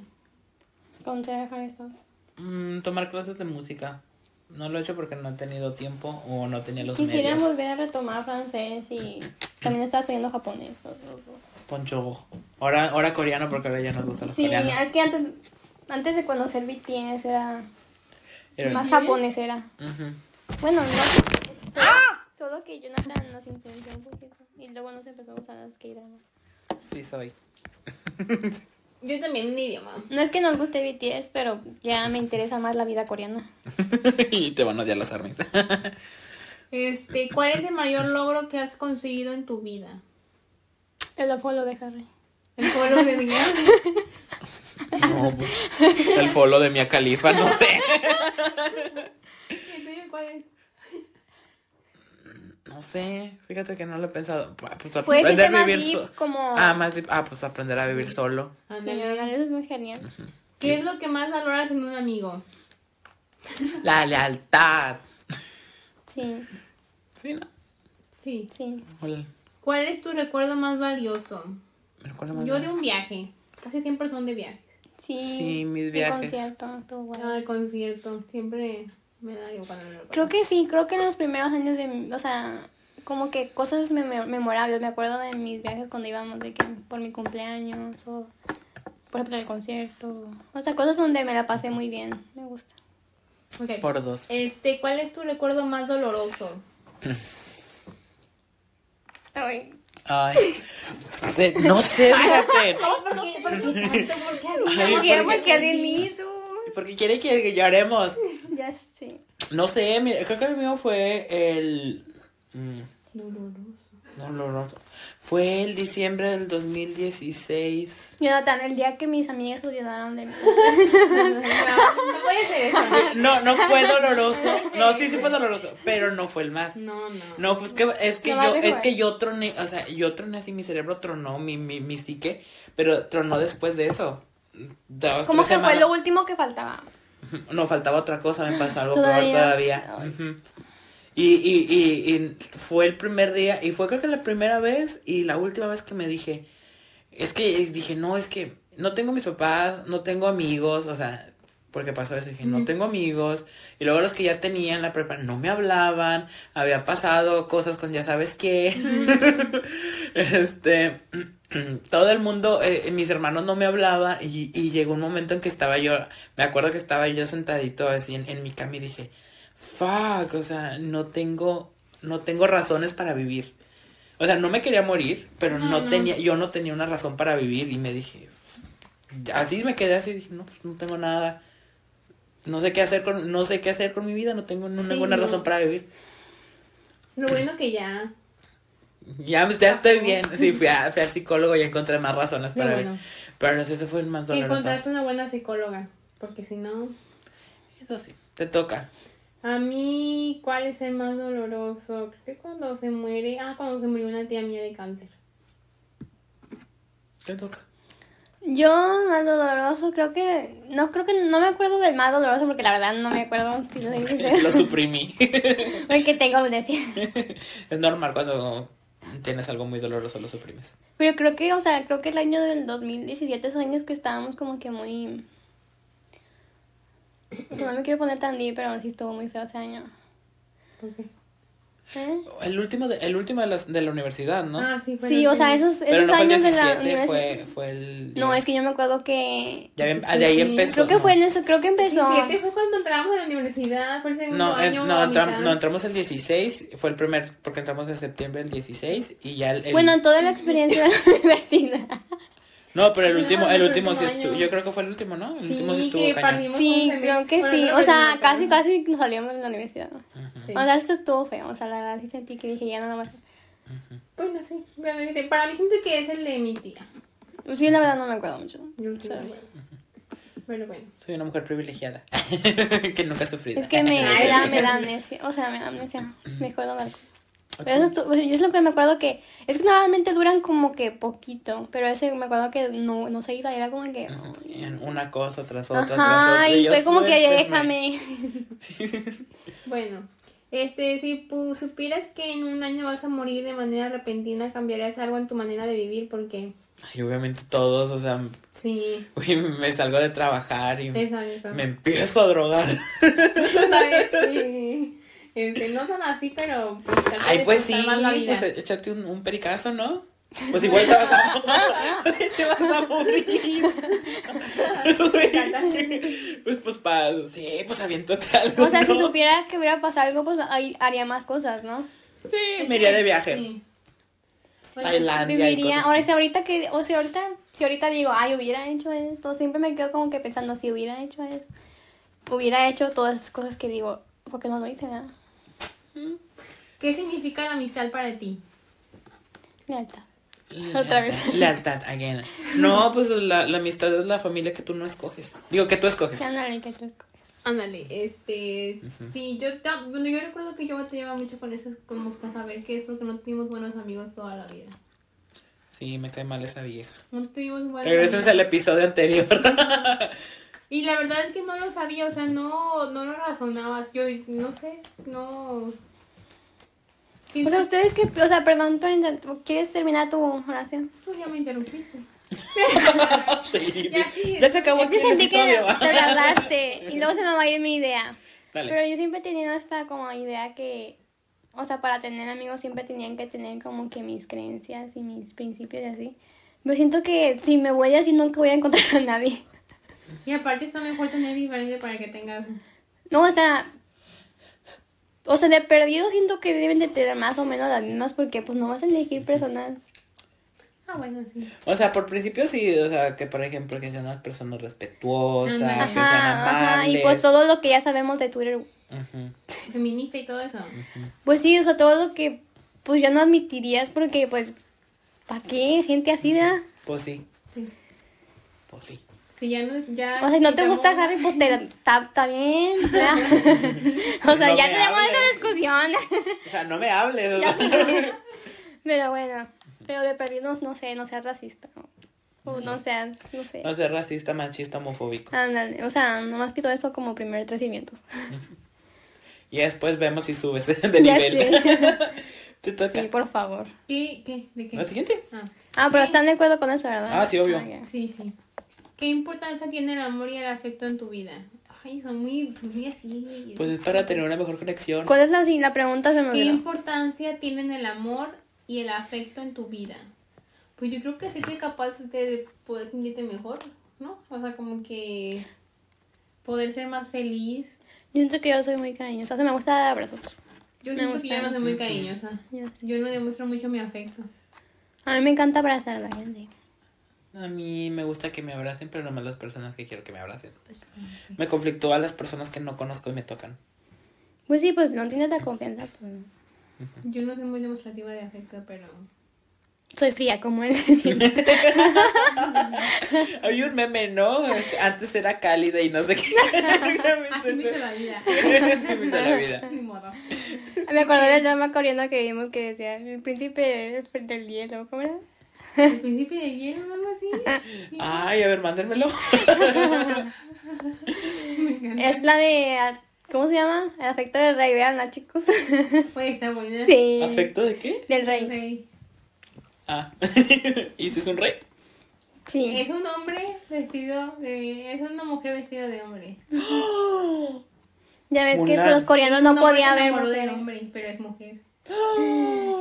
Conocer a Harry Styles. Mm, tomar clases de música. No lo he hecho porque no he tenido tiempo o no tenía los Quisiera medios. volver a retomar francés y también estaba estudiando japonés. todo, todo, todo. Poncho. Ahora, ahora coreano porque ahora ya nos gustan los Sí, coreanos. es que antes, antes de conocer BTS era Pero- más japonés era. Ujú. Bueno, no. ¡Ah! Solo que Jonathan nos influenció un poquito. Y luego nos empezó a gustar las que Sí, soy. Yo también un idioma. No es que nos guste BTS, pero ya me interesa más la vida coreana. y te van a odiar las armas. Este, ¿cuál es el mayor logro que has conseguido en tu vida? El Apolo de Harry. El pueblo de Dios. no, pues, el follow de Mia Califa, no sé. ¿El tuyo cuál es? No sé, fíjate que no lo he pensado. Pa- Pues Puedes aprender irte a más vivir deep, so- como... Ah, más deep. Ah, pues aprender a vivir solo. Ándale. Ándale, Eso es genial. ¿Qué es lo que más valoras en un amigo? La lealtad. Sí, Sí, ¿no? Sí. sí. Hola. ¿Cuál es tu recuerdo más valioso? ¿Me recuerda más? Yo de un viaje. Casi siempre son de viajes. Sí, Sí, mis el viajes. concierto estuvo bueno. Ah, el concierto. Siempre me da algo cuando lo Creo recuerdo. que sí, creo que en los primeros años de... mi- O sea, como que cosas mem- memorables. Me acuerdo de mis viajes cuando íbamos de que por mi cumpleaños o... Por ejemplo, el concierto. O sea, cosas donde me la pasé muy bien. Me gusta. Ok. Por dos. Este, ¿cuál es tu recuerdo más doloroso? Ay, Ay. Este, no sé, fíjate. ¿Por qué? ¿Por qué tanto? ¿Por qué así? ¿por Ay, qué? ¿por qué? ¿Por qué hacen eso? Porque quiere que que lloremos. Ya sé. No sé, mira, creo que el mío fue el. mm, Doloroso. Doloroso. Fue el diciembre del 2016. Jonathan, el día que mis amigas se olvidaron de mí. No puede ser eso. No, no fue doloroso. No, sí, sí fue doloroso, pero no fue el más. No, no. No, pues que es que No, yo, vale, es fue. que yo troné, o sea, yo troné así, mi cerebro tronó, mi, mi, mi psique, pero tronó después de eso. Dos, Como tres que fue semanas. lo último que faltaba. No, faltaba otra cosa, me pasó algo Todavía. peor todavía. Ay. Ujú. Y, y, y, y fue el primer día, y fue creo que la primera vez y la última vez que me dije, es que eh, dije, no, es que no tengo mis papás, no tengo amigos, o sea, porque pasó eso, dije, no Ujú. tengo amigos, y luego los que ya tenían la prepa no me hablaban, había pasado cosas con ya sabes qué, este, todo el mundo, eh, mis hermanos no me hablaban, y, y llegó un momento en que estaba yo, me acuerdo que estaba yo sentadito así en, en mi cama y dije, fuck, o sea, no tengo, no tengo razones para vivir. O sea, no me quería morir, pero No, no, no. tenía, yo no tenía una razón para vivir y me dije, así me quedé así, dije, no, pues no tengo nada, no sé qué hacer con, no sé qué hacer con mi vida, no tengo Sí, ninguna no. razón para vivir. Lo bueno que ya. Ya, me- ya estoy bien, sí, fui, a- fui al psicólogo y encontré más razones Qué para bueno. vivir. Pero no sé, ese fue el más Que doloroso. encontraste una buena psicóloga. Porque si no. Eso sí, te toca. A mí, ¿cuál es el más doloroso? Creo que cuando se muere. Ah, cuando se murió una tía mía de cáncer. Te toca. Yo, más doloroso, creo que. No, creo que no me acuerdo del más doloroso porque la verdad no me acuerdo. Si lo Lo dices. suprimí. porque tengo amnesia. Es normal cuando tienes algo muy doloroso lo suprimes. Pero creo que, o sea, creo que el año del 2017 son años que estábamos como que muy. No me quiero poner tan deep, pero sí estuvo muy feo ese año. ¿Por qué? ¿Eh? El último de, el último de, las- de la universidad, ¿no? Ah, sí, fue Sí, el o sea, último. esos, Pero esos no fue el años de la 17, universidad. fue, fue el... No, es que yo me acuerdo que. Ya bien- ah, de ahí Sí, empezó. Creo que ¿no? fue en eso, creo que El empezó. 17 fue cuando entramos a la universidad. Fue el segundo No, en- año. no, a entram- mitad. no, entramos el 16, fue el primer, porque entramos en septiembre el 16 y ya el... el- Bueno, toda la experiencia de la universidad. no, pero el No, último, fue el el último sí último estuvo, año. yo creo que fue el último, ¿no? El Sí, último sí estuvo que cañón. partimos Sí, con creo que semestre, sí. bueno, O sea, no, casi, no. casi nos salíamos de la universidad. Sí. O sea, esto estuvo feo. O sea, la verdad sí sentí que dije, ya no lo más. Bueno, sí. pero este, Para mí siento que es el de mi tía. Sí, la verdad no me acuerdo mucho. Yo no sé. Sorry. Pero bueno. Soy una mujer privilegiada, que nunca ha sufrido. Es que me, me da, me da amnesia. O sea, me da amnesia. Mejor no hablar. Pero eso estuvo, yo es lo que me acuerdo que. Es que normalmente duran como que poquito. Pero ese me acuerdo que no, no se iba. Era como que. En Una cosa tras otra, tras Ajá, otra. y yo, fue como que "Suéltame". déjame. Bueno, este, si pu- supieras que en un año vas a morir de manera repentina, cambiarías algo en tu manera de vivir porque Ay, obviamente todos, o sea, sí, Uy, me salgo de trabajar y esa misma. Em, me empiezo a drogar. Sí. Este, no son así, pero pues, tratar Ay, de pues sí, disfrutar más la vida. pues échate un, un pericazo, ¿no? Pues igual te vas a morir. te vas a morir. pues, pues, pa, sí, pues aviéntate algo. O sea, si ¿no? supiera que hubiera pasado algo, pues ahí haría más cosas, ¿no? Sí, me iría de viaje. Sí. Bueno, Tailandia y Viviría, cosas ahora así. si ahorita que, o si ahorita, si ahorita digo, ay, hubiera hecho esto, siempre me quedo como que pensando, si hubiera hecho esto, hubiera hecho todas esas cosas que digo, porque no lo hice, ¿verdad? ¿Qué significa la amistad para ti? Lealtad. Otra vez. Lealtad, lealtad, again. No, pues la, la amistad es la familia que tú no escoges. Digo, que tú escoges. Ándale, que tú escoges. Ándale, este, sí, yo, ta- bueno, yo recuerdo que yo batallaba mucho con eso, como para saber qué es, porque no tuvimos buenos amigos toda la vida. Sí, me cae mal esa vieja. No tuvimos buenos Regresense al episodio anterior. Y la verdad es que no lo sabía, o sea, no, no lo razonabas. Yo no sé, no. Sí, O sea, tú- ustedes que, o sea, perdón, pero intent- ¿quieres terminar tu oración? tú pues, ya me interrumpiste. Sí. Ya, sí. Ya se acabó Es que aquí el sentí que episodio. te tardaste y luego se me va a ir mi idea. Dale. Pero yo siempre he tenido esta como idea que, o sea, para tener amigos siempre tenían que tener como que mis creencias y mis principios y así. Pero siento que si me voy así nunca voy a encontrar a nadie. Y aparte está mejor tener diferente para que tengas. No, o sea, o sea, de perdido siento que deben de tener más o menos las mismas porque pues no vas a elegir personas. Ah, bueno, sí. O sea, por principio sí, o sea, que por ejemplo que sean unas personas respetuosas, Ajá, que sean Ajá, ajá, amables. y pues todo lo que ya sabemos de Twitter. Ujú. Feminista y todo eso. Pues sí, o sea, todo lo que pues yo no admitirías porque pues, ¿para qué gente así da? Pues sí. Sí. Pues sí. Si ya no, ya O sea, no te quitamos- gusta Harry Potter, está está bien. O sea, o sea, No ya me tenemos hables. esa discusión. O sea, no me hables. o sea. Pero bueno, pero de perdidos, no sé, no seas racista. ¿no? O no seas, no sé. No seas racista, machista, homofóbico. Ándale, o sea, nomás pido eso como primer tres cimientos. Y después vemos si subes de Ya nivel. sé. Te toca. Sí, por favor. ¿Qué? ¿Qué? ¿De qué? ¿La siguiente? Ah, Ah, pero están de acuerdo con eso, ¿verdad? Ah, sí, obvio. ya. sí, sí. ¿Qué importancia tiene el amor y el afecto en tu vida? Ay, son muy, son muy así. Pues es para tener una mejor conexión. ¿Cuál es la, si la pregunta? Se me ¿Qué olvidó. importancia tienen el amor y el afecto en tu vida? Pues yo creo que sí que capaz de poder sentirte mejor, ¿no? O sea, como que poder ser más feliz. Yo siento que yo soy muy cariñosa. O sea, me gusta dar abrazos. Yo Me siento que yo gusta. no soy muy cariñosa. Yo sí. Yo no demuestro mucho mi afecto. A mí me encanta abrazar a la gente. A mí me gusta que me abracen, pero no a las personas que quiero que me abracen. Me conflictó a las personas que no conozco y me tocan. Pues sí, pues no tienes la confianza. Pues, no. Yo no soy muy demostrativa de afecto, pero... soy fría como él. Hay un meme, ¿no? Este, Antes era cálida y no sé qué. Ahorita Así me me hizo hizo- la vida. Así me hizo la vida. Este Ni modo. me acordé del drama coreano que vimos que decía el príncipe del hielo. ¿Cómo era? El principio de hielo o algo así. Ay, a ver, mándenmelo. Me encanta. Es la de. ah, ¿Cómo se llama? El afecto del rey, veanla, chicos. Oye, está buena. sí. ¿Afecto de qué? Del rey. Rey. Ah. ¿Y si es un rey? Sí. Es un hombre vestido de... Es una mujer vestida de hombre. Ya ves que Mulan. los coreanos no Un hombre podían se ver enamoró del mujeres. hombre, pero es mujer.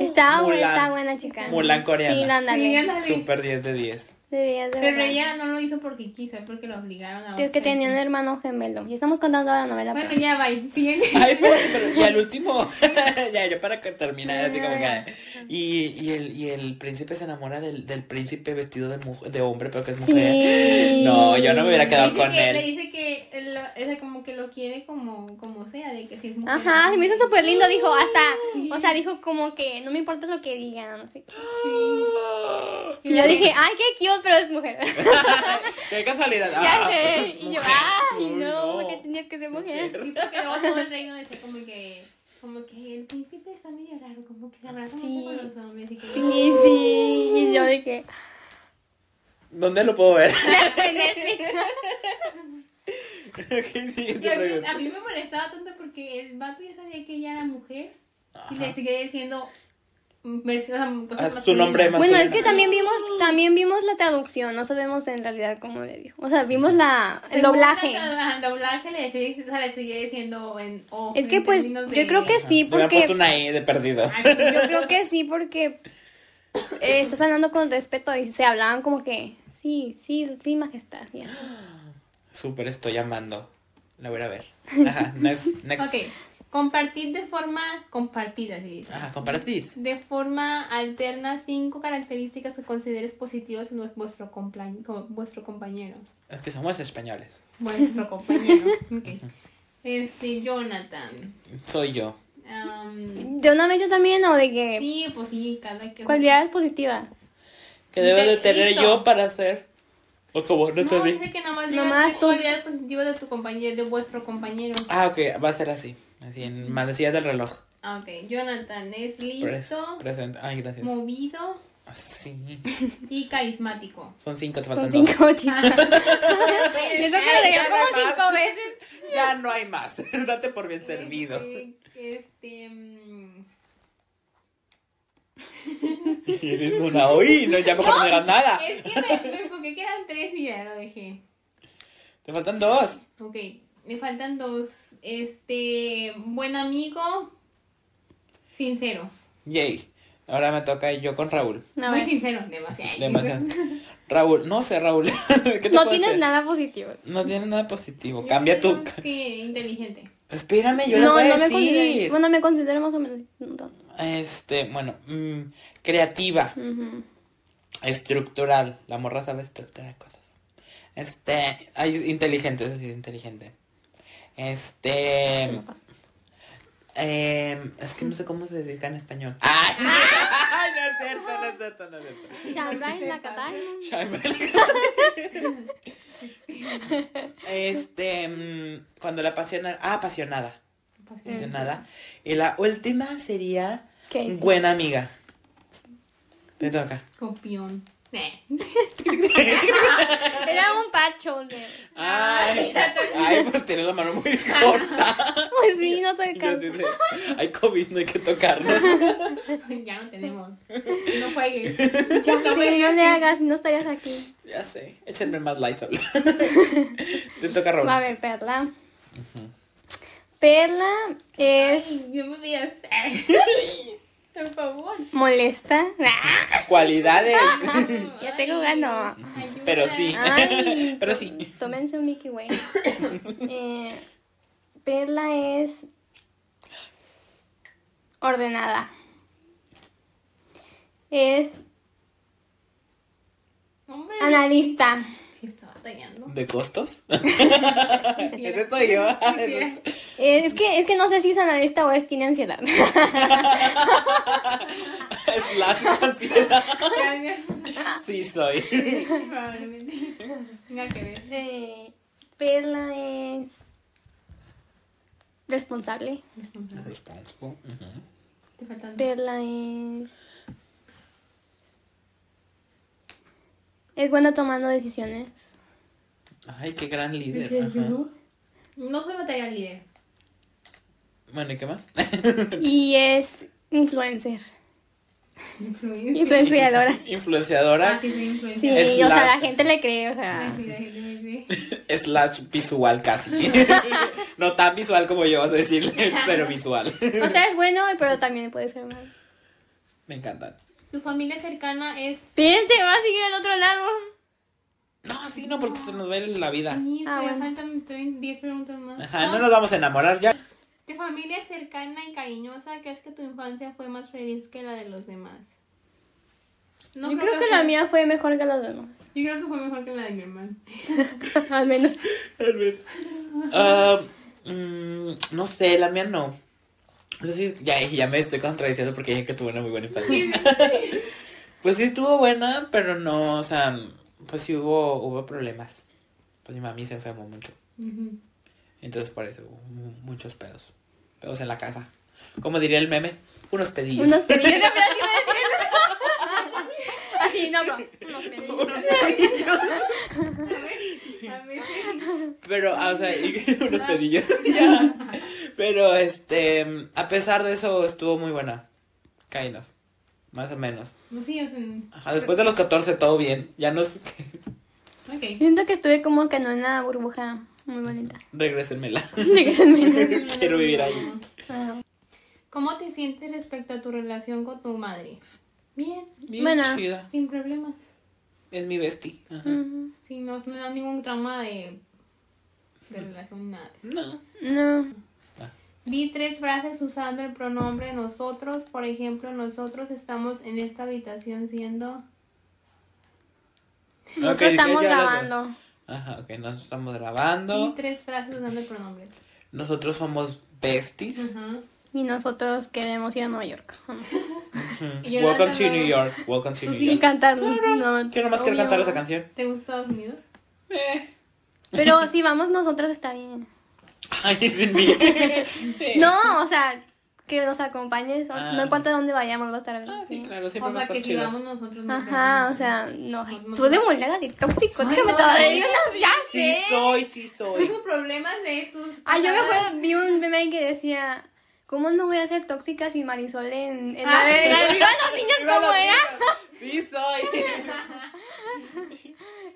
Estaba buena, Mulan. estaba buena, chica. Mulan coreana. Sí, ándale. Sí, ándale. Super 10 de 10. Debías de Pero verla. ella no lo hizo porque quiso, porque lo obligaron a Sí, Es que hacerlo. tenía un hermano gemelo. Y estamos contando la novela. Bueno, pero- ya va. Siguiente. Ay, pero, pero- y al último, ya, ya para que terminar, así como que. Y, y, el, y el príncipe se enamora del, del príncipe vestido de, mujer, de hombre, pero que es mujer. Sí. No, yo no me hubiera quedado Dice con que- Le él. dice que, él lo- o sea, como que lo quiere como, como sea, de que si es mujer. Ajá, se me hizo súper lindo. Dijo hasta. O sea, dijo como que no me importa lo que digan. No sé qué. Ah, Y yo dije, ay, qué cute, pero es mujer. Qué casualidad. ya Ah, sé. Y yo, mujer. ay, Uy, no, porque tenía que ser mujer. Sí, porque luego todo el reino decía como que, como que el príncipe está medio raro, como que se abraza mucho con los hombres. Y que Sí, sí. Y yo dije, ¿Dónde lo puedo ver? en Netflix. Ok, siguiente Y a, mí, pregunta. a mí me molestaba tanto porque el vato ya sabía que ella era mujer ah, y le seguía diciendo mm, vers- o sea, cosas Ah, su nombre masculinas. Bueno, es masculina. que también vimos, también vimos la traducción, no sabemos en realidad cómo le dijo. O sea, vimos la, el Según la doblaje. tra- El doblaje le seguía, o sea, le seguía diciendo en o Es que en pues, términos yo de- Ah, creo que sí, Le hubiera puesto porque, una E de perdido. yo creo que sí, porque eh, estás hablando con respeto y se hablaban como que, sí, sí, sí, majestad. ya. Súper estoy amando. La voy a ir a ver. Ajá, next. next. Ok, compartir de forma compartida, sí. Ajá, compartir. De forma alterna cinco características que consideres positivas en vuestro, compla- co- vuestro compañero. Es que somos españoles. Vuestro compañero. Ok. Este, Jonathan. Soy yo. Am, De una vez yo también, o de que sí, pues sí, cada que... cualidades positivas. que debo de Te- tener listo. yo para hacer. O como no, No, te vi. dice que nomás Nomás digas qué tú. cualidades positivas de tu compañero, de vuestro compañero. Ah, ok, va a ser así. Así en manecilla del reloj. Ah, Ok, Jonathan es Pre- listo, Presenta. Ay, gracias. movido Sí. y carismático. Son cinco, te faltan Son dos. cinco chicas. Eso que lo Ay, leyó ya como me cinco vas. veces. Ya no hay más. Date por bien servido. Este, este, mm, Y eres una uy, no, ya mejor no, digas nada. Es que me, me enfoqué que eran tres y ya lo dejé. Te faltan dos. Ok, me faltan dos. Este, buen amigo, sincero. Yay. Ahora me toca yo con Raúl. No, Muy sincero, demasiado. Demasiado. Raúl, no sé, Raúl. ¿Qué te no puedo tienes hacer? nada positivo. No tienes nada positivo. Yo Cambia digo tu. Que inteligente. Espérame, yo le No, voy a no me decir. considero. Bueno, me considero más o menos. no tanto. Este, bueno, mm, creativa. Ujú. Estructural. La morra sabe estructurar cosas. Este, Em. hay inteligente, eso sí es inteligente. Este, Eh, es que no sé cómo se dice en español. ¡Ay! ¡Ay! No es cierto, no es cierto, no es cierto. Shabrai Nakatay. Shyamalan. este, mm, cuando la apasiona, ah, apasionada, apasionada. Y la última sería ¿Qué es? buena amiga. Te toca. Copión. Eh. Era un patch shoulder. Ay, ay, pues tiene la mano muy corta. Pues sí, no te Y yo así alcanzó. de, Hay COVID, no hay que tocarlo. ya no tenemos. No juegues. Ya, sí, no le hagas, no estarías aquí. Ya sé, échenme más Lysol. Te toca Raúl. A ver, Perla. Perla es Yo me voy a hacer. Por favor. molesta. Cualidades. Ya tengo ganas. Ayuda. Pero sí. Ay, Pero tó- sí. Tómense un Mickey Way. Eh, Perla es ordenada. Es Hombre. analista. Sí, está batallando. ¿De costos? Quisiera. Ese soy yo. Quisiera. Es que, es que no sé si es analista o es tiene ansiedad. Slash considera. Sí soy. Probablemente. Tenga que ver. Eh, Perla es responsable. Te faltan dos. Perla es. Es bueno tomando decisiones. Ay, qué gran líder. ajá. No soy material líder. Bueno, ¿y qué más? Y es influencer. Influir. Influenciadora. Ah, Influenciadora, sí, soy influencer. Sí, Es o sea, la- la gente le cree, o sea. Ay, la gente me ve. slash visual casi. No tan visual como yo vas a decirle, pero visual. O sea, es bueno, pero también puede ser malo. Me encantan. Tu familia cercana es. Fíjense, va a seguir al otro lado. No, sí, no, porque se nos ve la vida. Sí, Ah, todavía bueno. faltan tre- 10 preguntas más. Ajá, no nos vamos a enamorar ya. ¿Tu familia cercana y cariñosa crees que tu infancia fue más feliz que la de los demás? No Yo creo que fue- la mía fue mejor que las demás. Yo creo que fue mejor que la de mi hermano. al menos. Ah, mm, no sé, la mía no. Pues sí, ya, ya me estoy contradiciendo porque dije que tuve una muy buena infancia. pues sí estuvo buena, pero no, o sea, pues sí hubo, hubo problemas. Pues mi mami se enfermó mucho. Ujú. Entonces por eso hubo mu- muchos pedos. Pedos en la casa. Como diría el meme, unos pedillos. Unos pedillos de pedazos iba a decir eso. Así, no, bro. Unos pedillos. Unos pedillos. A ver. Pero, ah, o sea, y- unos pedillos. ya. Pero, este, a pesar de eso, estuvo muy buena. Kind of. Más o menos. No sé, o sea, Ajá, después de los 14, todo bien. Ya nos. Ok. Siento que estuve como que en una burbuja muy bonita. Regrésenmela. De que se me- Quiero vivir ahí. Ah, ¿Cómo te sientes respecto a tu relación con tu madre? Bien, Bien Bueno. chida. sin problemas. Es mi bestie. Ajá. ujú. Sí, no, no da ningún trauma de, de relación, nada. de eso. No. No. Di tres frases usando el pronombre nosotros. Por ejemplo, nosotros estamos en esta habitación siendo. Nosotros Ok, dije, estamos ya la- grabando. Ajá, ok, nos estamos Di grabando. tres frases usando el pronombre. Nosotros somos besties. Ajá. Y nosotros queremos ir a Nueva York. Vamos. Ujú. Y yo Welcome la to canto- New York. Welcome to Tú New sí Y York. cantar. No. Quiero más que obvio. cantar esa canción. ¿Te gusta Estados Unidos? Eh. Pero si vamos nosotras está bien. Ay, sí, bien. No, o sea, que nos acompañes. o- Ah. No importa dónde vayamos, va a estar bien. Ah, sí, sí. claro, siempre O va a sea, estar que chido. digamos nosotros. no Ajá, tenemos. o sea, no. ay, Nos- Tú de molera de tóxico, Ay, que me no estaba sé. de unas ya Sí sé. soy, sí soy. Tengo problemas de esos. Ah, yo me acuerdo, vi un meme que decía, ¿cómo no voy a ser tóxica si Marisol en, en la Ah, de la de Viva los niños como era? Sí soy.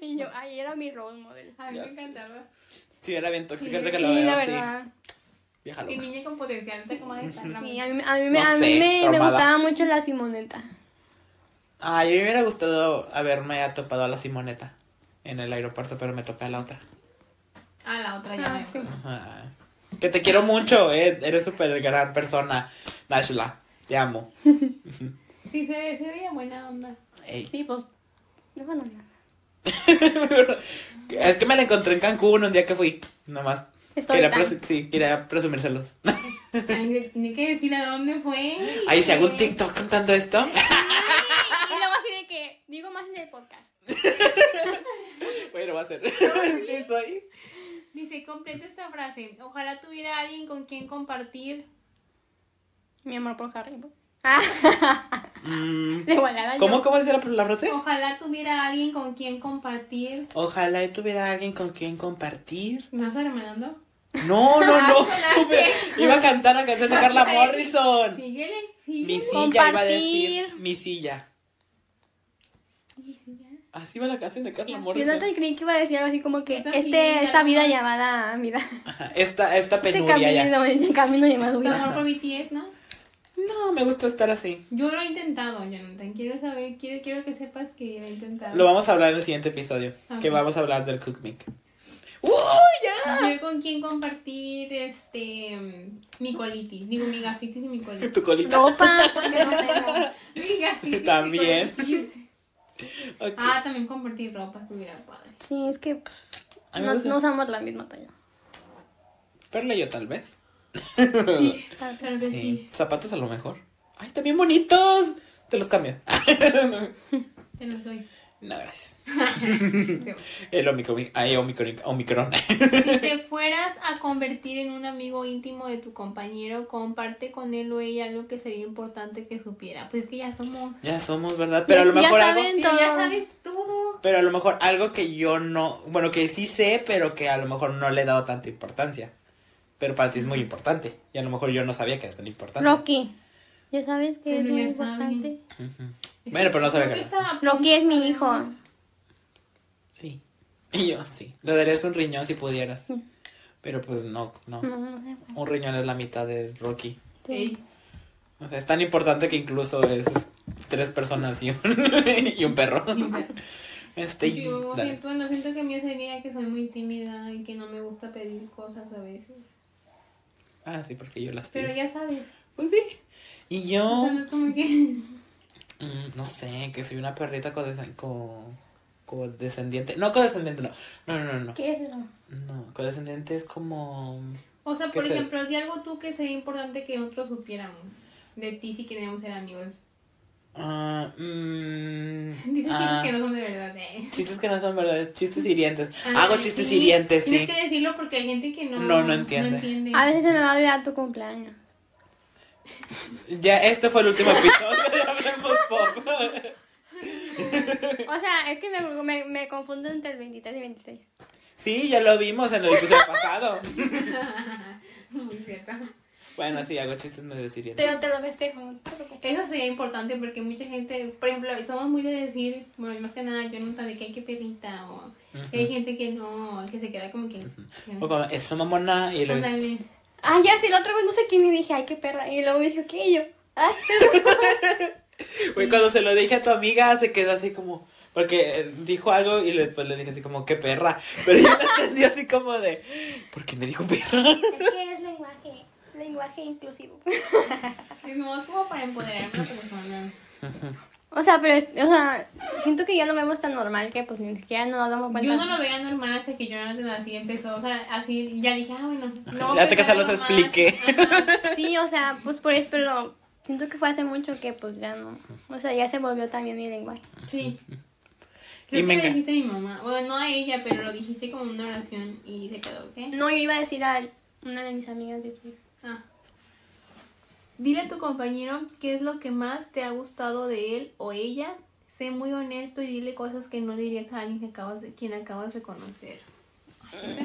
Y yo, ay, era mi role model. A mí Ya me sé. encantaba. Sí, era bien tóxica, Sí, ahorita que lo Sí, veo la así. verdad. Vieja Y loca. niña con potencial, no te como esta. la Sí, mía. a mí, a mí, me- No a mí sé, me, me traumada. gustaba mucho la Simoneta. Ay, a mí me hubiera gustado haberme topado a la Simoneta en el aeropuerto, pero me topé a la otra. Ah, la otra ya. Ah, me sí. Ajá. Que te quiero mucho, eh. eres súper gran persona, Nashla. Te amo. Sí, se, ve- se veía buena onda. Ey. Sí, pues. No, bueno, ya. es que me la encontré en Cancún un día que fui, nomás Estoy Quería, tan- presu- sí, quería presumírselos. Ay, Ni que decir a dónde fue. Ahí se hago un TikTok contando esto. Y luego así de que digo más en el podcast. Bueno, va a ser. Sí, soy. Dice, completa esta frase. Ojalá tuviera alguien con quien compartir. Mi amor por Harry. Potter. Ah, Mm, de igualada. yo. ¿Cómo, cómo dice la, la frase? Ojalá tuviera alguien con quien compartir. Ojalá yo tuviera alguien con quien compartir. ¿Me vas hermanando? No, no, no. Ah, tuve- Iba a cantar la canción de Carla Morrison. Síguele, Mi síguele. silla iba a decir. Compartir. Mi silla. Así va la canción de Carla Yo Morrison. antes creí que iba a decir algo así como que Yo también, este, esta algo vida más. llamada vida. Ajá, Esta, esta Este penuria ya. camino, este camino llamado Tu amor vida. por BTS, ¿no? No, me gusta estar así. Yo lo he intentado, Jonathan. Quiero saber, quiero, quiero que sepas que lo he intentado. Lo vamos a hablar en el siguiente episodio. Que Ok. vamos a hablar del cookmink. ¡Uh! ¡Ya! Yo con quien compartir este mi colitis. Digo, mi gastritis y mi colitis. Tu colita. Ropa. porque no tengo. Mi gastritis. y También. colitis. Ok. Ah, también compartir ropa estuviera padre. Sí, es que pues, A mí me no, gusta. no usamos la misma talla. Perla yo tal vez. Sí, tal vez Sí. sí. Zapatos a lo mejor. Ay, también bonitos. Te los cambio. Te los doy. no, gracias. si El Omicron. Ay, Omicron. Omicron. te fueras a convertir en un amigo íntimo de tu compañero, comparte con él o ella algo que sería importante que supiera. Pues es que ya somos. ya somos, ¿verdad? Pero a lo Ya mejor algo. saben. Sí, ya sabes todo. Pero a lo mejor algo que yo no. Bueno, que sí sé, pero que a lo mejor no le he dado tanta importancia. Pero para ti es muy importante. Y a lo mejor yo no sabía que era tan importante. Rocky. Ya sabes que es Pero muy ya saben. importante. Ujú. Bueno, pero no sabía que Yo era. estaba a punto, Rocky es mi hijo. sabemos. Sí. Y yo sí. Le darías un riñón si pudieras. Sí. Pero pues no, no. No, no sé. pues, Un riñón es la mitad de Rocky. Sí. Ey, O sea, es tan importante que incluso es tres personas y un, y un perro. siempre. Este, y- Yo dale. siento, no siento que mío sería que soy muy tímida y que no me gusta pedir cosas a veces. Ah, sí, porque yo las pido. Pero ya sabes. Pues sí. Y yo, O sea, no es como que. mm, no sé, que soy una perrita codesen- co- codescendiente. No, codescendiente no. No, no, no, no. ¿Qué es eso? No, codescendiente es como... O sea, ¿Qué por será? ejemplo, di algo tú que sería importante que otros supiéramos de ti si queremos ser amigos. ah, mm, Dicen ah, chistes que no son de verdad. eh. Chistes que no son verdad, chistes hirientes. Ah, Hago chistes sí. hirientes, sí. Tienes que decirlo porque hay gente que no, No, no entiende. A veces se me va a olvidar tu cumpleaños. Ya, este fue el último episodio de Hablemos Pop. O sea, es que me, me, me confundo entre el 23 y 26. Sí, ya lo vimos en el episodio pasado. Muy cierto. Bueno, sí, hago chistes medio hirientes. Pero te lo festejo. no te preocupes. Eso sería importante porque mucha gente, por ejemplo, somos muy de decir, bueno, más que nada, yo nunca de que hay que perrita o que hay gente que no, que se queda como que. que- O como, eso mamona y lo Ándale. Ah, ya, sí, la otra vez no sé quién me dije, ay, qué perra. Y luego me dijo, ¿qué? Y yo, ay, Güey, cuando se lo dije a tu amiga, se quedó así como. Porque eh, dijo algo y después le dije así como, qué perra. Pero yo no entendí así como de, ¿por qué me dijo perra? es que es lenguaje, lenguaje inclusivo. Es más como para empoderar a una persona. O sea, pero, o sea, siento que ya lo vemos tan normal que pues ni siquiera nos damos cuenta. Yo no lo veía normal hasta que Jonathan así empezó, o sea, así, y ya dije, ah, bueno. luego Ya hasta que empezó se los nomás. expliqué. Ajá. Sí, o sea, pues por eso, pero siento que fue hace mucho que pues ya no. O sea, ya se volvió también mi lenguaje. Sí. Y Creo me que le enga- dijiste a mi mamá, bueno, no a ella, pero lo dijiste como una oración y se quedó, ¿ok? No, yo iba a decir a una de mis amigas de Twitter. Ah. Dile a tu compañero qué es lo que más te ha gustado de él o ella. Sé muy honesto y dile cosas que no dirías a alguien que acabas de, quien acabas de conocer.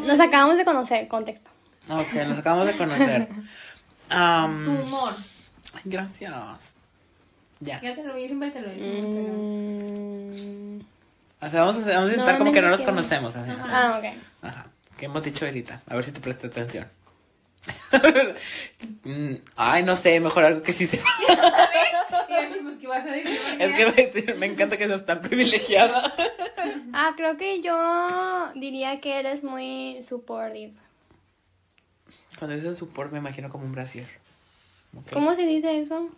Nos acabamos de conocer, contexto. Ok, nos acabamos de conocer. Am, Tu humor. ay, gracias. Ya. Ya te lo vi, siempre te lo digo. Mm. O sea, vamos a, hacer- vamos a intentar como que no nos Normalmente conocemos. Así, así. Ah, ok. Ajá. ¿Qué hemos dicho ahorita? A ver si te presté atención. Mm, Ay, no sé, mejor algo que sí se... pero- Y decimos que vas a decir. Es que me- me encanta que seas tan privilegiada. Ah, creo que yo diría que eres muy supportive. Cuando dicen support me imagino como un brasier. Como que ¿Cómo se dice eso?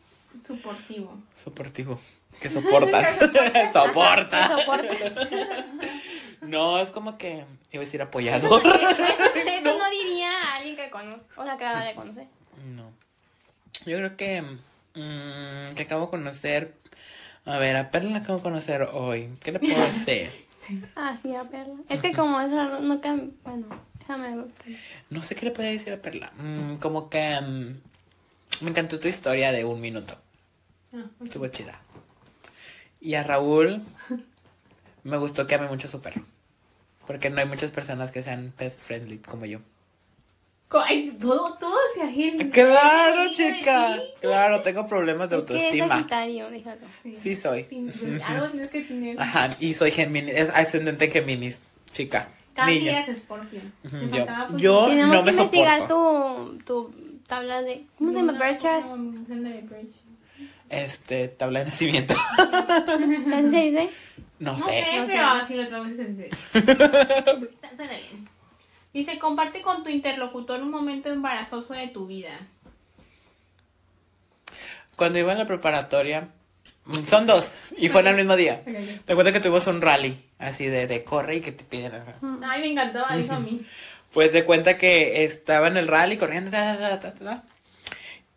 Suportivo. Soportivo. Que soportas. Soporta. Soportas. No, es como que iba a decir Eso, apoyador. eso- eso- eso no diría a alguien que conozco, o sea, que acaba de conocer. No. Yo creo que. mm, que acabo de conocer. A ver, a Perla la acabo de conocer hoy. ¿Qué le puedo hacer? Ah, sí, a Perla. Es que como es raro, no cambia. Bueno, déjame ver. No sé qué le podía decir a Perla. Mm, como que. mm, me encantó tu historia de un minuto. Ah, ok. Estuvo chida. Y a Raúl. Me gustó que ame mucho a su perro. Porque no hay muchas personas que sean pet friendly como yo. Co- ay, todo, todo hacia él. Claro, Ay, chica. sí. Claro, tengo problemas de Es que es autoestima. sagitario, dígalo. Sí Ah, soy. Sí, pues, Algo tienes que tener. Ajá, y soy Géminis, es ascendente en Géminis, chica. Casi niña. eres Scorpio. Ujú, Me yo- faltaba, pues, yo- No, Tenemos no que me investigar tu, tu tabla de. ¿Cómo se llama? Luna, Birchard. no, no, no, no, Birchard. Este, tabla de nacimiento. ¿Sabes se dice? No No sé, sé. No pero sé. así lo traduces es ese. Su- Suena bien. Dice, comparte con tu interlocutor un momento embarazoso de tu vida. Cuando iba en la preparatoria, mm, son dos, y fue en el mismo día. Recuerdo que tuvimos un rally, así de, de corre y que te piden. o sea. Ay, me encantaba eso a mí. Pues de cuenta que estaba en el rally corriendo. ta, ta, ta, ta, ta.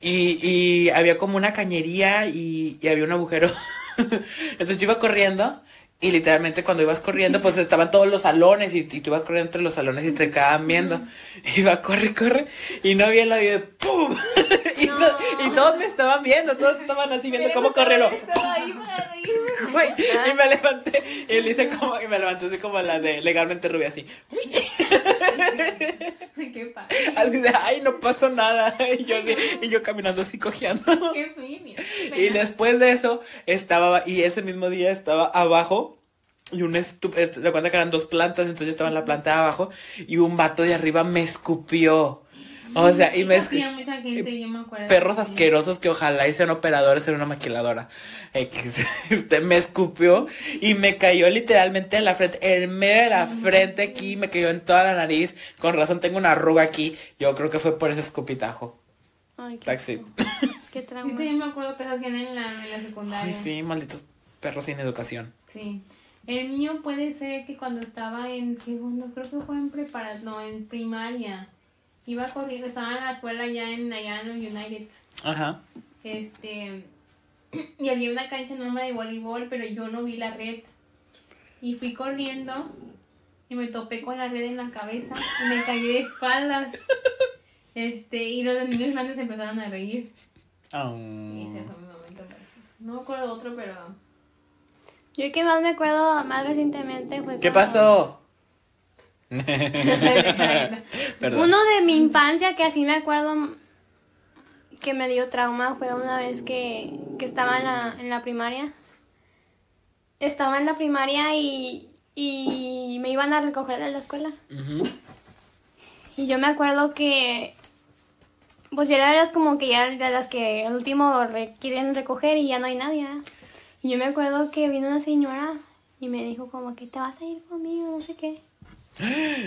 Y, y había como una cañería y, y había un agujero. Entonces yo iba corriendo y literalmente cuando ibas corriendo pues estaban todos los salones y, y tú ibas corriendo entre los salones y te quedaban viendo. Iba, corre, corre. Y no vi el audio de ¡pum! y, to- No. y todos me estaban viendo, todos estaban así viendo cómo correrlo. Estaba ahí para reírme. Güey, y me levanté y le hice como, y me levanté así como la de legalmente rubia así. Ay, Qué padre. Así de, ay, no pasó nada. Y yo, así- y yo caminando así cojeando. Qué fimio. Y después de eso, estaba, y ese mismo día estaba abajo. Y un estúpido, te cuenta que eran dos plantas, entonces yo estaba en la planta de abajo. Y un vato de arriba me escupió. O sea, y me hacía escupió. mucha gente, yo me acuerdo. Perros asquerosos que ojalá y sean operadores en una maquiladora. X. Usted me escupió y me cayó literalmente en la frente, en medio de la frente aquí, me cayó en toda la nariz. Con razón tengo una arruga aquí. Yo creo que fue por ese escupitajo. Ay, qué Taxi. asco. Qué trauma. Yo me acuerdo que se hacían en la, en la secundaria. Ay, sí, malditos perros sin educación. Sí. El mío puede ser que cuando estaba en segundo, creo que fue en prepara no, en primaria. Iba corriendo, estaba en la escuela allá en allá en los United. Ajá. Este y había una cancha enorme de voleibol, pero yo no vi la red. Y fui corriendo y me topé con la red en la cabeza y me caí de espaldas. Este, y los niños grandes se empezaron a reír. Ah. Y ese fue mi momento. gracioso. No me acuerdo de otro, pero Yo que más me acuerdo más recientemente fue. ¿Qué cuando- pasó? Perdón. Uno de mi infancia que así me acuerdo que me dio trauma fue una vez que, que estaba en la, en la primaria. Estaba en la primaria y, y me iban a recoger de la escuela. Ujú. Y yo me acuerdo que, pues yo era de las como que ya de las que al último re- quieren recoger y ya no hay nadie. ¿verdad? Y yo me acuerdo que vino una señora y me dijo como que te vas a ir conmigo, no sé qué.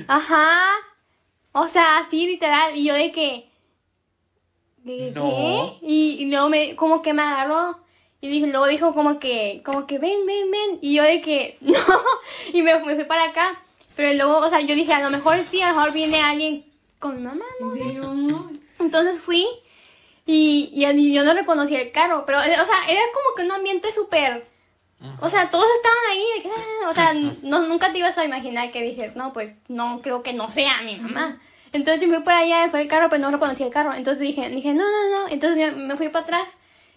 Ajá. O sea, así literal. Y yo de que... ¿De No. qué? Y, y luego me, como que me agarró y dijo, luego dijo como que, como que ven, ven, ven. Y yo de que, no. Y me, me fui para acá. Pero luego, o sea, yo dije, a lo mejor sí, a lo mejor viene alguien con mi mamá, ¿no? ¿En serio? Entonces fui y, y- y yo no reconocí el carro, pero, eh, o sea, era como que un ambiente súper... O sea, todos estaban ahí, de que, ah, o sea, n- no, nunca te ibas a imaginar que dijes, no, pues no, creo que no sea mi mamá. Entonces yo fui por allá, fue el carro, pero no reconocí el carro. Entonces dije, dije, no, no, no. Entonces yo me fui para atrás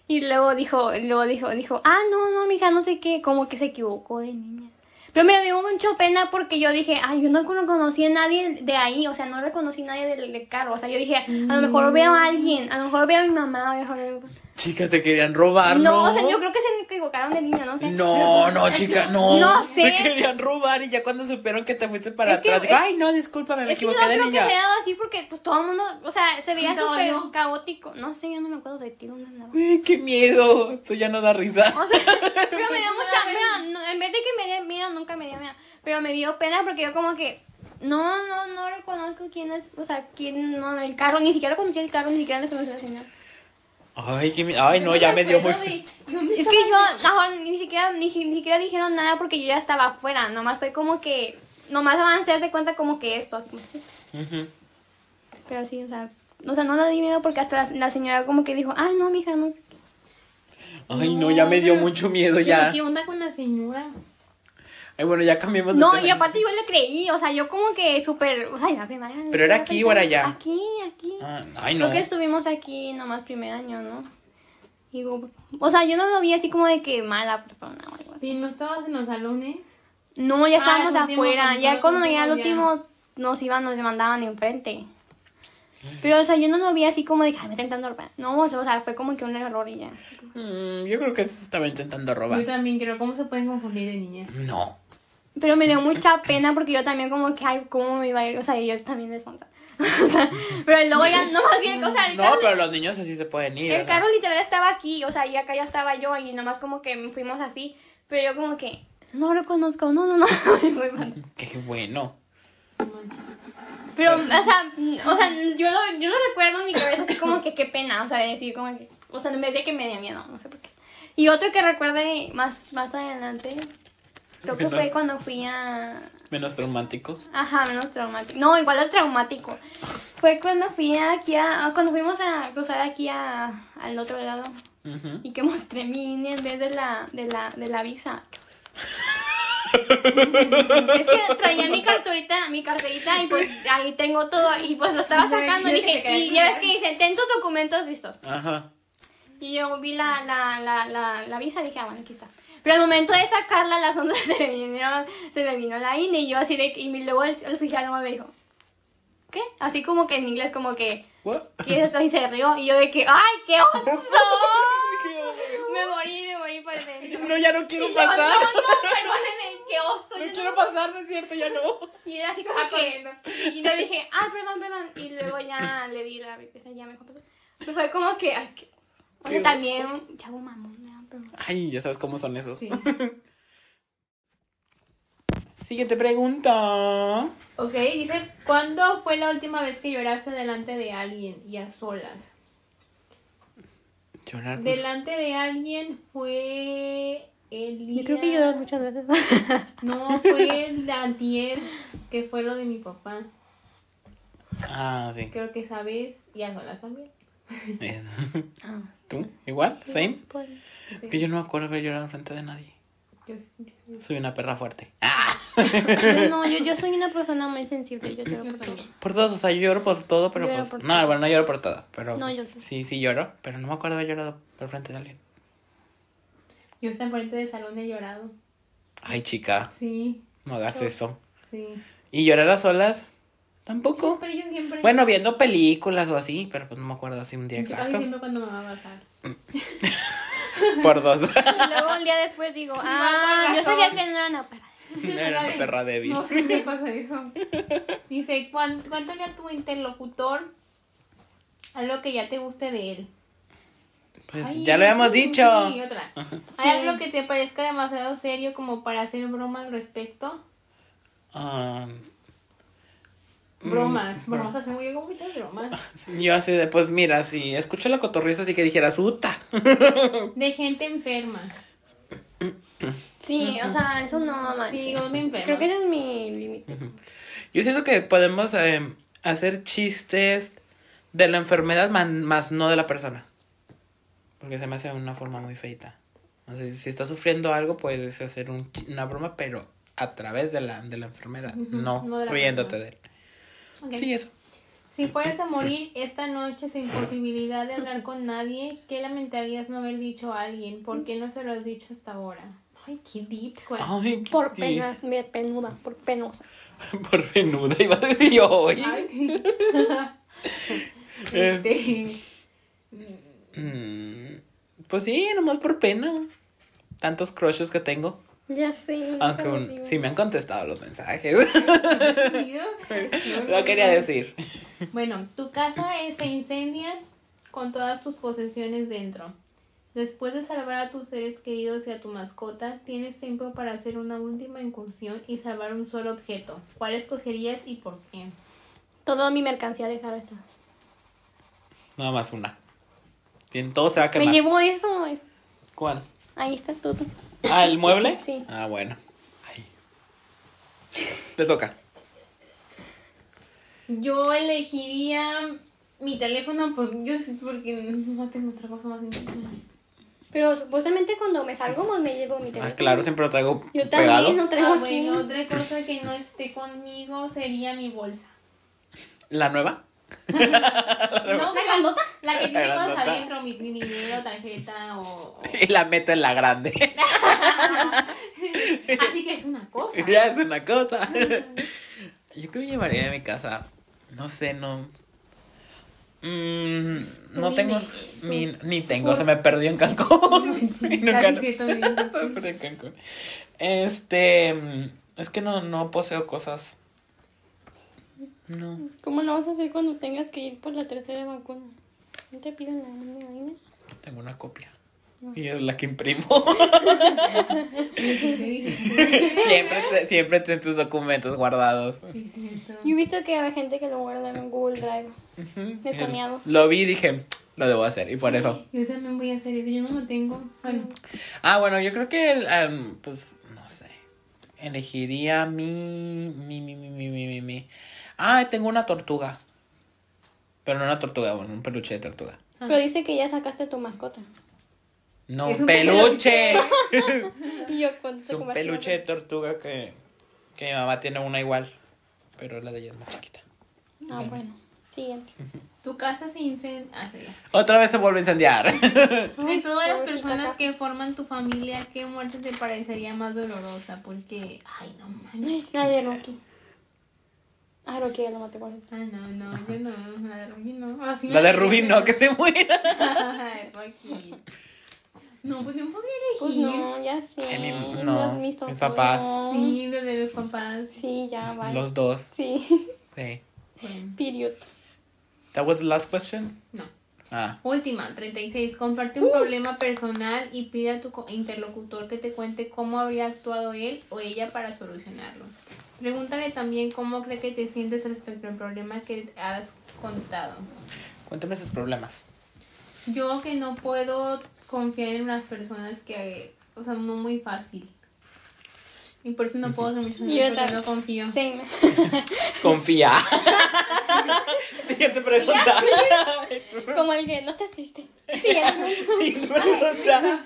y luego dijo, luego dijo, dijo, ah, no, no, mija, no sé qué, como que se equivocó de niña. Pero me dio mucha pena porque yo dije, ay, yo no reconocí a nadie de ahí, o sea, no reconocí a nadie del, del carro. O sea, yo dije, a lo mejor veo a alguien, a lo mejor veo a mi mamá, a lo mejor veo... Chica, te querían robar, Ah, No, ¿no? o sea, yo creo que se equivocaron de niña, no sé. No, no, chica, no. No sé. Te querían robar y ya cuando supieron que te fuiste para Es que- atrás, es- digo, ay, no, discúlpame, me Es que yo equivoqué no de creo niña. que sea algo así porque pues todo el mundo, o sea, se veía Sí, no, súper no. caótico. No sé, yo no me acuerdo de ti dónde andaba. Uy, qué miedo. Esto ya no da risa. Pero me dio mucha, pero no, en vez de que me dio miedo, nunca me dio miedo, pero me dio pena porque yo como que no, no, no reconozco quién es, o sea, quién, no, el carro, ni siquiera conocí el carro, ni siquiera reconocí a la señora. Ay, qué miedo. Ay, no, ya me dio muy. acuerdo fe- de- yo me Es que yo, ajá, ni siquiera, ni, si- ni siquiera dijeron nada porque yo ya estaba afuera, nomás fue como que nomás van a hacer de cuenta como que esto. así. Ujú. Pero sí, o sea, o sea, no le di miedo porque hasta la, la señora como que dijo, ah, no, mija, no. Ay, no, ya me dio pero- mucho miedo Pero, ya. ¿Qué onda con la señora? Ay, bueno, ya cambiamos de No, tema. y aparte yo le creí, o sea, yo como que súper, o sea, la primera. ¿Pero era aquí o era allá? Aquí, aquí. Ah, ay, no. Creo que estuvimos aquí nomás primer año, ¿no? Y, hubo- o sea, yo no lo vi así como de que mala persona o algo así. Si no estabas en los salones. No, ya Ah, estábamos el último afuera. control, Ya cuando el ya al último último nos iban, nos mandaban enfrente. Pero, o sea, yo no lo vi así como de que "Ay, me está intentando robar". No, o sea, o sea, fue como que un error y ya. Mm, yo creo que se estaba intentando Yo robar. también creo. ¿Cómo se pueden confundir de niña? No. Pero me dio mucha pena porque yo también como que, ay, ¿cómo me iba a ir? O sea, y yo también desonta. O sea, pero luego ya, no más bien, o sea, el No, carro, pero los niños así se pueden ir. o el sea. carro literal estaba aquí, o sea, y acá ya estaba yo y nomás como que fuimos así. Pero yo como que, no lo conozco, no, no, no. y voy para- Qué bueno. No manches. Pero, o sea, o sea yo, lo, yo lo recuerdo en mi cabeza así como que qué pena, o sea, de decir como que, o sea, en vez de que me dé miedo, no sé por qué. Y otro que recuerde más, más adelante, creo que fue cuando fui a... Menos traumáticos. Ajá, menos traumático. No, igual al traumático. Fue cuando fui aquí a, ah, cuando fuimos a cruzar aquí a, al otro lado Ujú. y que mostré mi INE en vez de la, de la, de la visa. es que traía mi carterita, mi carterita y pues ahí tengo todo y pues lo estaba Güey, sacando y ya se te dije, cae y el ya ves celular. que dicen, ten tus documentos listos. Ajá. Y yo vi la, la, la, la, la visa y dije, ah, bueno, aquí está. Pero al momento de sacarla, las ondas se me vinieron, se me vino la INE y yo así de, que- y luego el, el oficial nomás me dijo, ¿qué? Así como que en inglés, como que, What? ¿qué es eso? Y se rió y yo de que, ¡ay, qué oso! Qué horror. Me morí, me morí por dentro. No, ya no quiero Y yo, no, no, pasar. perdónenme, qué oso. yo No quiero pasar, no es cierto, ya no. y era así como que... Y yo dije, ah, perdón, perdón. Y luego ya le di la riqueza y ya me dijo, perdón. Pero fue como que... ay, qué- O Qué sea, también... Chavo mamón, ya, pero... Ay, ya sabes cómo son esos. Sí. Siguiente pregunta. Ok, dice, ¿cuándo fue la última vez que lloraste delante de alguien y a solas? Llorar. Delante de alguien fue el día... muchas veces. No, fue el de antier, que fue lo de mi papá. Ah, sí. Creo que sabes, y a solas también. Ah, ¿Tú? ¿Igual? ¿Same? Es que Sí. yo no me acuerdo haber llorado enfrente de nadie. Yo sí. Soy una perra fuerte. Yo no, yo, yo soy una persona muy sensible, yo lloro Yo por todo. también. Por todos, o sea, yo lloro por todo, pero Lloro pues. por No, bueno, no lloro por todo. Pero pues, No, yo sí. sí. sí, lloro. Pero no me acuerdo haber llorado por frente de alguien. Yo estaba enfrente del salón he llorado. Ay, chica, Sí, no hagas eso. sí. ¿Y llorar a solas? Tampoco. Pero yo siempre... Bueno, viendo películas o así, pero pues no me acuerdo así un día Casi exacto. siempre cuando me va a bajar. Por dos. Y luego un día después digo, ah, con yo sabía razón. que no eran a parar. Era una perra débil. No sé qué pasa eso. Dice, "Cuán- cuéntale a tu interlocutor algo que ya te guste de él. Pues Ay, ya lo habíamos sí, dicho. sí, otra. Hay algo que te parezca demasiado serio como para hacer broma al respecto. Ah, Mm, Bromas, bromas, hacemos yo hago muchas bromas. yo así de, pues mira, si escucho la cotorriza así que dijeras, ¡uta! De gente enferma. Sí, o sea, eso no, manches. Sí, yo me enfermo. Creo que ese es mi límite. Yo siento que podemos eh, hacer chistes de la enfermedad man- más no de la persona. Porque se me hace una forma muy feita. O sea, si estás sufriendo algo, puedes hacer un ch- una broma, pero a través de la, de la enfermedad, no, no de la riéndote persona. de él. Ok. Sí, eso. Si fueras a morir esta noche sin posibilidad de hablar con nadie, ¿qué lamentarías no haber dicho a alguien? ¿Por qué no se lo has dicho hasta ahora? Pues, Ay, qué deep. güey. Ay, qué Por di- penas, me penuda, por penosa. Por venuda, iba a decir hoy. Ay, qué- Este, Mm, pues sí, nomás por pena. Tantos crushes que tengo. Ya sé. Aunque pero un- sí. Ah, sí me han contestado los mensajes. Lo quería decir. Bueno, tu casa eh, se incendia con todas tus posesiones dentro. Después de salvar a tus seres queridos y a tu mascota, tienes tiempo para hacer una última incursión y salvar un solo objeto. ¿Cuál escogerías y por qué? Toda mi mercancía dejar esto. Nada más una. Y en todo se va a Me quemar. llevo eso. es- ¿Cuál? Ahí está todo. ¿Ah, el mueble? Sí. Ah, bueno. Ay. Te toca. Yo elegiría mi teléfono, pues yo, porque no tengo trabajo más importante. Pero supuestamente cuando me salgo pues, me llevo mi teléfono. Ah, claro, siempre lo traigo Yo también pegado. no traigo Ah, aquí. bueno, otra cosa que no esté conmigo sería mi bolsa. ¿La nueva? No, ¿La grandota? La que Ah, La tiene cosas grandota. adentro, mi mi dinero, tarjeta o... o- Y la meto en la grande. Así que es una cosa. ya es una cosa. Yo creo que llevaría de mi casa. No sé, no. Mm, Tú no dime, tengo. eh, mi- ni tengo, se me perdió en Cancún. Y nunca- Casi siento bien. Se me perdió en Cancún. Este. mm, Es que no, no poseo cosas. No. ¿Cómo lo vas a hacer cuando tengas que ir por la tercera vacuna? ¿No te piden la vacuna? Tengo una copia. Y es la que imprimo. siempre, te- siempre ten tus documentos guardados. Sí, siento. Yo he visto que hay gente que lo guarda en Google Drive. Escaneados. Lo vi y dije, lo debo hacer. Y por eso. Yo también voy a hacer eso, yo no lo tengo. Bueno, Ah, bueno, yo creo que, em, pues, no sé. Elegiría mi, mi, mi, mi, mi, mi, mi, mi. Ah, tengo una tortuga. Pero no una tortuga, bueno, un peluche de tortuga. Pero dice que ya sacaste tu mascota. No, Es un, un peluche. Y yo cuando Es un peluche de tortuga que, que mi mamá tiene una igual. Pero la de ella es más chiquita. Ah, bueno. Siguiente. tu casa se incendia. Ah, sí, ya. Otra vez se vuelve a incendiar. De todas las pobrecita personas casa. que forman tu familia, ¿qué muerte te parecería más dolorosa? Porque, ay, no mames. La de Rocky. Ah, Rocky ya lo maté por Ah, no, no, yo no, la de Rubí no. Ah, sí la me- de Rubí no, que se muera. Ay, Rocky. No, pues yo no podría Pues elegir. no, ya sé. Eh, mi- Los- no, mis papás. no. Sí, lo de los papás. Sí, ya, vale. Los dos. Sí. Sí. Bueno, Period. That was the last question. no. Ah. Última, 36. Comparte un Uh. problema personal y pide a tu co- interlocutor que te cuente cómo habría actuado él o ella para solucionarlo. Pregúntale también cómo cree que te sientes respecto al problema que has contado. Cuéntame sus problemas. Yo que no puedo confiar en las personas que, o sea, no muy fácil. Y por eso no puedo hacer muchas Yo cosas porque no confío. Same. Confía. Siguiente pregunta. Como el que no estás triste. Siguiente. Siguiente pregunta.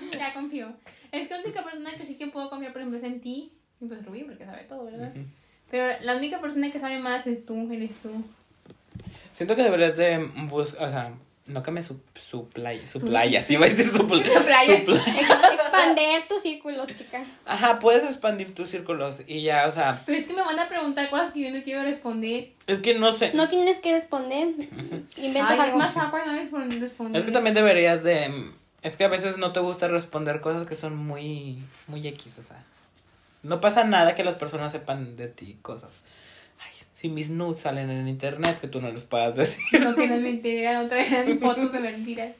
Ya, ya confío. Es que la única persona que sí que puedo confiar, por ejemplo, es en ti. Y pues Rubí, porque sabe todo, ¿verdad? Pero la única persona que sabe más es tú, eres tú. Siento que deberías de buscar, o sea, no que me su, suplay, suplayas, iba a decir supl- Suplayas. supla- Ex- Expander tus círculos, chica. Ajá, puedes expandir tus círculos y ya, o sea, Pero es que me van a preguntar cosas que yo no quiero responder. es que no sé, No tienes que responder. Inventas Ay, es algo. más awkward no respon- responder. es que también deberías de, es que a veces no te gusta responder cosas que son muy, muy X, o sea, no pasa nada que las personas sepan de ti cosas. Ay, si mis nudes salen en internet, que tú no los puedas decir. No que no es mentira, no traerán fotos de mentiras.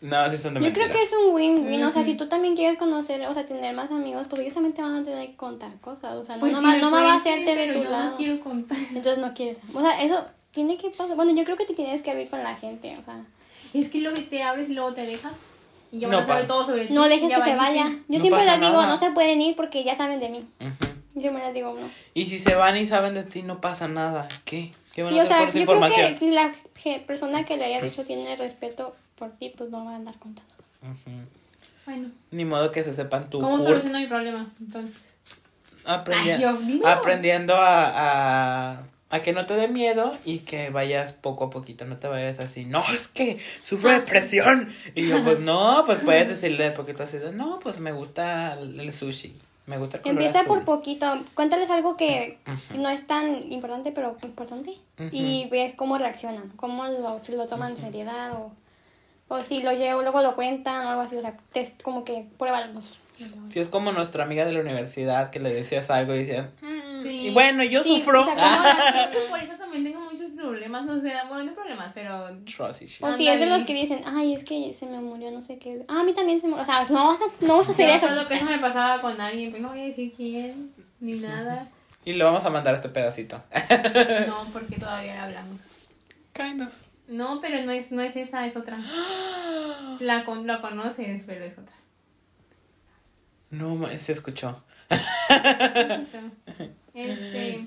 No, sí son de Yo creo mentira. que es un win-win, o sea, si tú también quieres conocer, o sea, tener más amigos, porque ellos también te van a tener que contar cosas, o sea, no, Pues sí nomás, me no más va a cuenten, hacerte de pero tu yo lado. no quiero contar. Entonces no quieres, o sea, eso tiene que pasar. Bueno, yo creo que te tienes que abrir con la gente, o sea, Es que lo que te abres y luego te deja. Y ya van No, a saber pa- todo sobre ti. no dejes Pues Ya que se valiste. vaya. Yo No siempre pasa les digo, nada. no se pueden ir porque ya saben de mí. Ujú. Yo siempre les digo, no. Y si se van y saben de ti, no pasa nada. ¿Qué? ¿Qué van Sí, a o hacer sea, con esa yo creo información? que la je- persona que le haya dicho tiene respeto por ti, pues no va a andar contando. Ujú. Bueno, Ni modo que se sepan tu ¿cómo cur- soluciono mi problema? Entonces. Aprendi- Ay, Dios mío. aprendiendo a, a, a que no te dé miedo y que vayas poco a poquito, no te vayas así, no, es que sufro depresión. Y yo, pues no, pues puedes decirle de poquito así, de, no, pues me gusta el el sushi, me gusta el color Empieza azul". por poquito, cuéntales algo que no es tan importante, pero importante, y ves cómo reaccionan, cómo lo, si lo toman en seriedad o, o si lo llevo, luego lo cuentan o algo así, o sea, te- como que pruébalos. Si es como nuestra amiga de la universidad que le decías algo y decía, "Mm, Sí. y bueno, yo Sí, sufro. Ah, o sea, cómo reaccionan. Por eso también tengo muchos problemas, o sea, bueno, no problemas, pero Trust issues. O si es de Ándale. los que dicen, ay, es que se me murió, no sé qué. Ah, a mí también se me murió. O sea, no vas a, no vas a hacer yo eso. recuerdo que chica. eso me pasaba con alguien, pero no voy a decir quién, ni nada. Y le vamos a mandar este pedacito. No, porque todavía la hablamos. Kind of. No, pero no es, no es esa, es otra. La, con, la conoces, pero es otra. No, ma- se escuchó. Este,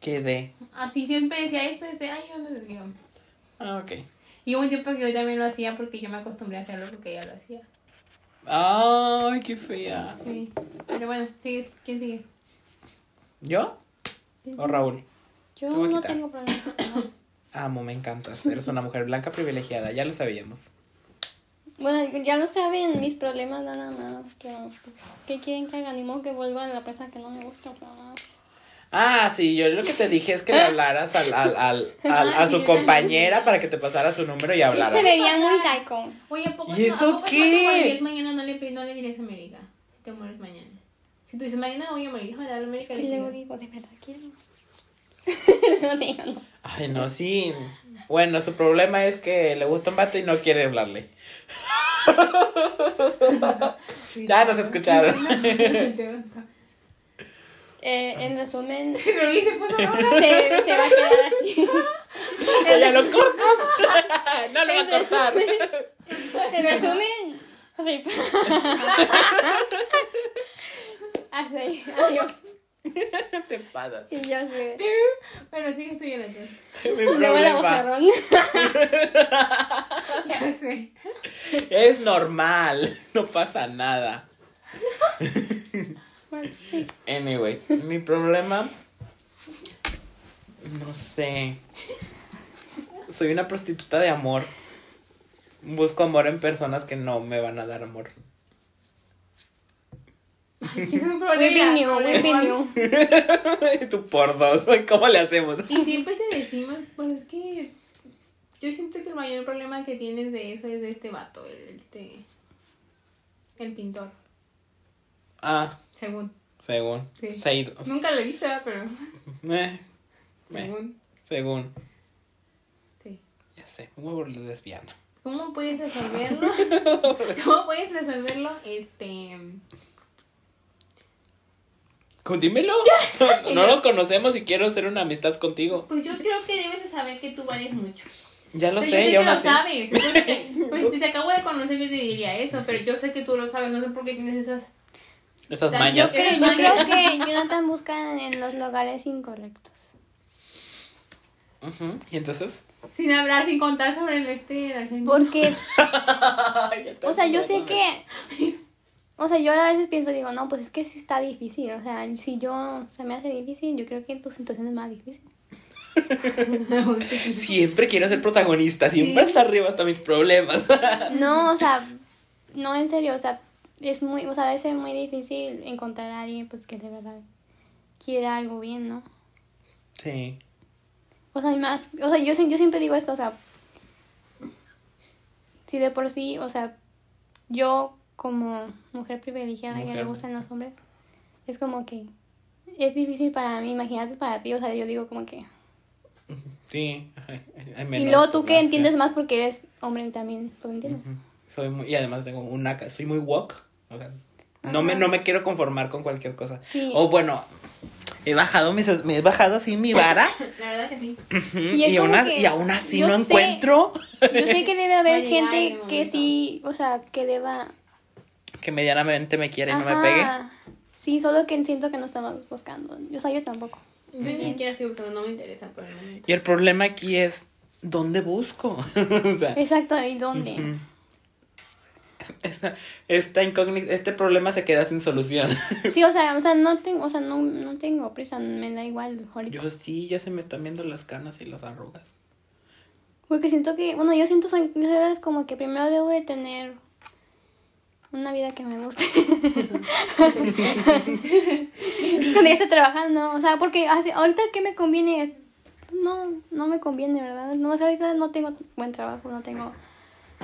Quedé. así siempre decía esto, este, ay, yo no sé qué. Ah, ok. Y hubo un tiempo que yo también lo hacía porque yo me acostumbré a hacerlo porque ella lo hacía. Ay, qué fea. Sí. Pero bueno, sigue. ¿Quién sigue? ¿Yo? ¿O Raúl? Yo Te voy a no quitar. tengo problema. no. Amo, me encantas. Eres una mujer blanca privilegiada, ya lo sabíamos. Bueno, ya lo saben, mis problemas nada más. Que, que quieren que haga? Ni modo que vuelva a la presa que no me gusta. pero nada. Ah, sí, yo lo que te dije es que le hablaras al, al, al, al- a su compañera para que te pasara su número y Y se hablaran. veían muy psycho. Oye, ¿a poco ¿Y no- eso ¿a poco qué? Si no te morirías mañana no le, pe- no le dirías a América. Si te mueres mañana. Si tú dices mañana voy a morir, déjame darle a América. Y le luego digo. digo, ¿de verdad quieren? no digo, no. Ay, no, sí. Bueno, su problema es que le gusta un vato y no quiere hablarle. Ya nos escucharon. Eh, en resumen, Pero dice, pues ahora. se, se va a quedar así. Ya lo cortas. No lo va a cortar. En resumen, rip. Así, adiós. Te pasas. Y yo así. Bueno, sigue estudiando entonces. Mi Luego la problema vocerrón. Ya sé. es normal. No pasa nada. Anyway, mi problema. No sé. Soy una prostituta de amor. Busco amor en personas que no me van a dar amor. Es que es un problema. We've been new, we've been problema. new. Tú por dos. ¿Cómo le hacemos? Y siempre te decimos, bueno, es que yo siento que el mayor problema que tienes de eso es de este vato, el, el, te- el pintor, Ah, según. según. Sí. Seid- Nunca lo he visto, ¿verdad? pero Eh, eh, según. según. Sí. Ya sé, un huevo le desviana. ¿Cómo puedes resolverlo? ¿Cómo puedes resolverlo? Este, Con- Dímelo. No, no nos conocemos y quiero hacer una amistad contigo. pues yo creo que debes de saber que tú vales mucho. Ya lo pero sé, yo ya sé aún que lo así. sabes. Entonces, que- Pues si te acabo de conocer yo te diría eso, pero yo sé que tú lo sabes, no sé por qué tienes esas... Esas Ya, yo mañas. Pero yo creo que Jonathan busca en los lugares incorrectos. Ujú, Y entonces. Sin hablar, sin contar sobre el este... la gente. Porque, o sea, yo sé que. O sea, yo a veces pienso, digo, no, pues es que sí está difícil. O sea, si yo se me hace difícil, yo creo que tu situación es más difícil. Siempre quiero ser protagonista, siempre hasta arriba hasta mis problemas. No, o sea, no en serio, o sea, es muy, o sea, debe ser muy difícil encontrar a alguien pues que de verdad quiera algo bien, ¿no? Sí. O sea, y más, o sea, yo, sie- yo siempre digo esto, o sea, si de por sí, o sea, yo como mujer privilegiada que le Mujer. gustan los hombres, es como que es difícil para mí, imagínate para ti, o sea, yo digo como que... Sí. Ay, ay, me y enojo, luego tú que gracias. entiendes más porque eres hombre también, ¿tú me entiendes? Ujú. Soy muy, y además tengo una ca- soy muy woke. O sea, no me, no me quiero conformar con cualquier cosa. Sí. O bueno, he bajado mis, me he bajado así mi vara. La verdad que sí. ujú, Y y, es aún como as- que y aún así yo no sé- encuentro Yo sé que debe haber Oye, gente ay, de que momento. sí, o sea, que deba... que medianamente me quiera y no me pegue. Ajá. Sí, solo que siento que no estamos buscando. O sea, yo tampoco. Yo ni siquiera estoy buscando, no me interesa por el momento. Y el problema aquí es, ¿dónde busco? o sea, Exacto, ¿y dónde? esta, esta incógnita, este problema se queda sin solución. Sí, o sea, o sea, no tengo, o sea, no, no tengo prisa, me da igual ahorita. Yo sí, ya se me están viendo las canas y las arrugas. Porque siento que, bueno, yo siento, son- yo sé, es como que primero debo de tener una vida que me guste. Cuando ya esté trabajando, o sea, porque hace- ahorita que me conviene, no, no me conviene, ¿verdad? No, o sea, ahorita no tengo buen trabajo, no tengo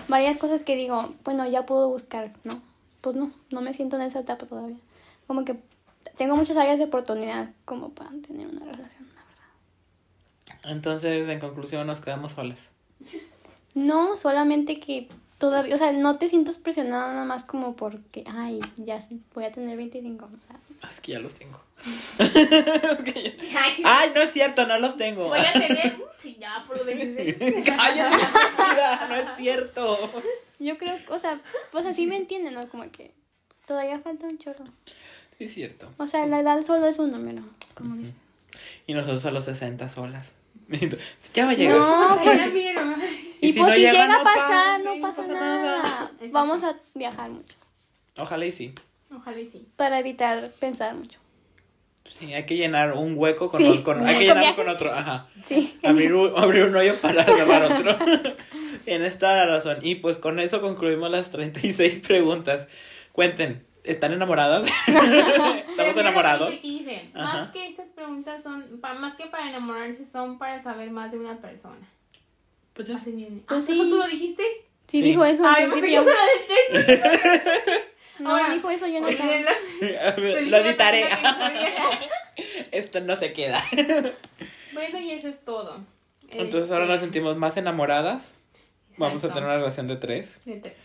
varias cosas que digo, bueno, ya puedo buscar, ¿no? Pues no, no me siento en esa etapa todavía. Como que tengo muchas áreas de oportunidad como para tener una relación, la verdad. Entonces, en conclusión, nos quedamos solas. No, solamente que todavía, o sea, no te sientas presionado nada más como porque, ay, ya s- voy a tener 25. o sea, Ah, Es que ya los tengo. Es que ya- Ay, no es cierto, no los tengo. Voy a tener. Sí, ya, por lo menos. Cállate, estúpida, no es cierto. Yo creo, o sea, pues así me entienden, ¿no? Como que todavía falta un chorro. Sí, es cierto. O sea, la edad solo es un número, como dicen. Y nosotros a los 60 solas. ya va a llegar. No, Ay, pues, ya vieron. y, Y si pues no si llega, llega a no pasa, pasar, no sí, pasa, pasa nada. nada. Vamos a viajar mucho Ojalá y sí. Ojalá y sí. para evitar pensar mucho. Sí, hay que llenar un hueco con, Sí. o- con- hay que Con llenarlo viaje. con otro, ajá. Sí. Abrir un, abrir un hoyo para tapar otro. en esta razón. Y pues con eso concluimos las 36 preguntas. Cuenten, ¿están enamoradas? ¿Estamos Pero enamorados? fíjate que dice, Ajá. Más que estas preguntas son, pa- más que para enamorarse, son para saber más de una persona. Pues ya Así viene. Ah, Pues ¿Eso sí. tú lo dijiste? Sí, Sí. dijo eso. al Ay, pues yo principio. se lo detecto. No, Ahora, dijo eso, yo no Oye, sé. la- sé. película Lo editaré. que no sabía. Esto no se queda. Bueno, y eso es todo. Este, Entonces ahora nos sentimos más enamoradas. Vamos a tener una relación de tres. De tres.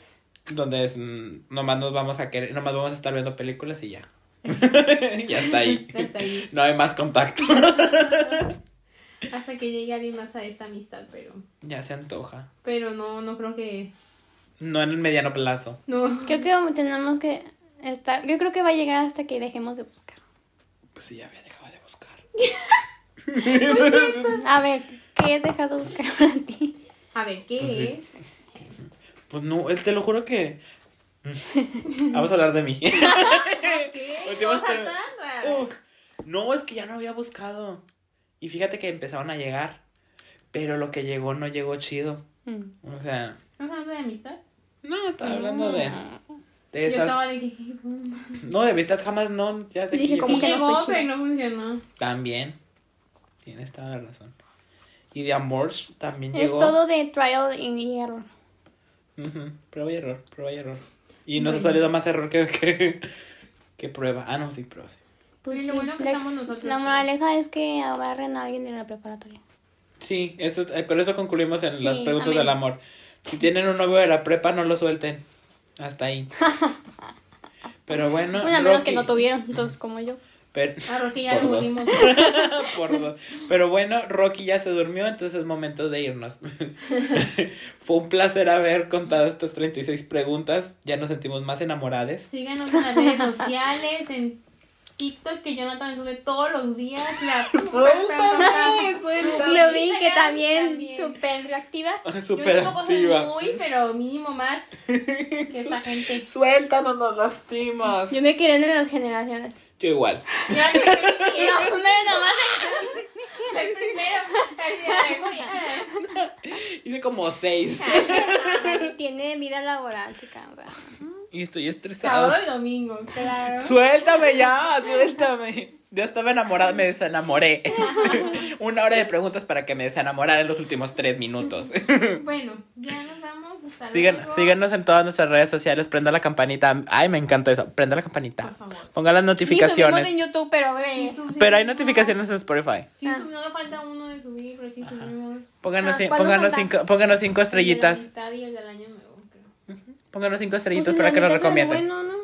Donde es, mm, nomás nos vamos a querer, nomás vamos a estar viendo películas y ya. ya está ahí. Hasta, ahí. No hay más contacto. Hasta que llegue alguien más a esta amistad, pero, ya se antoja. pero no, no creo que. No en el mediano plazo. No. Creo que vamos- tenemos que estar. Yo creo que va a llegar hasta que dejemos de buscar. Pues sí, ya había dejado de buscar. A ver, ¿qué es dejar de buscar para ti? A ver, ¿qué Pues sí. es? Pues no, eh, te lo juro que. Vamos a hablar de mí. ¿Qué? Últimas Cosa pre- tan rara. Uf, no, es que ya no había buscado. Y fíjate que empezaron a llegar. Pero lo que llegó no llegó chido. Mm. O sea, ¿Estamos hablando de amistad? no, estaba hablando de, Ah. Mm, de Yo esas. estaba de que. Sí, No, de amistad jamás no. Ya de Dije, aquí- Como que no llegó, estoy chida. pero no funcionó. También. Tienes toda la razón. Y de amor también Es llegó. todo de trial y error. Ujú, Prueba y error, prueba y error. Y nos ha Bueno. salido más error que, que, que prueba. Ah, no, sí, prueba, sí. Pues Pero lo sí, bueno que la- estamos nosotros La tres. moraleja es que agarren a alguien en la preparatoria. Sí, eso, eh, con eso concluimos en las Sí, preguntas amén. del amor. Si tienen un novio de la prepa, no lo suelten. Hasta ahí. Pero bueno, Bueno, a menos Ah, Rocky- que no tuvieron, entonces como yo. pero, A Roque Ah, ya Por lo dos. volvimos. por dos. Pero bueno, Rocky ya se durmió, entonces es momento de irnos. Fue un placer haber contado estas 36 preguntas. Ya nos sentimos más enamoradas. Síganos en las redes sociales, en TikTok, que Jonathan sube todos los días. La... Suéltame, suéltame. Lo vi que también Ah, También. súper reactiva. Yo Súper tampoco soy activa. muy, pero mínimo más que esta gente. Suéltanos, nos lastimas. Yo me quedé en las generaciones. Yo igual. Ya que No, hombre, nomás el primero, el día de hoy. ah, Hice como seis. tiene vida laboral, chica. o sea. Y estoy estresado. Sábado y domingo, claro. Suéltame ya, suéltame. Ya estaba enamorada, me desenamoré. Una hora de preguntas para que me desenamorara en los últimos tres minutos. Bueno, ya nos vamos. Hasta Sigan, luego. síganos en todas nuestras redes sociales, prenda la campanita. Ay, me encanta eso. Prenda la campanita. Por favor. Ponga las Ni subimos en notificaciones. YouTube, pero ve. Sí, subimos. Pero hay notificaciones en Spotify. Sí, sub- no le falta uno de subir, pero sí subimos. Pónganos, Ah, cin- ¿cuándo pónganos, falta? cinco, pónganos cinco El estrellitas. de la mitad y el del año nuevo, creo. Pónganos cinco Pues estrellitas en para la que lo mitad sale recomienden. Bueno, ¿no?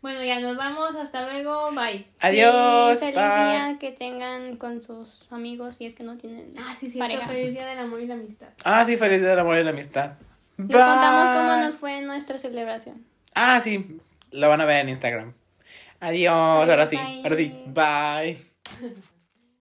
Bueno, ya nos vamos. Hasta luego. Bye. Adiós. Sí, feliz bye. día que tengan con sus amigos si es que no tienen Ah, sí, sí. pareja. Feliz día del amor y la amistad. Ah, sí, feliz día del amor y la amistad. Les Bye. contamos cómo nos fue en nuestra celebración. Ah, sí, lo van a ver en Instagram. Adiós, ahora sí, Bye. ahora sí, bye.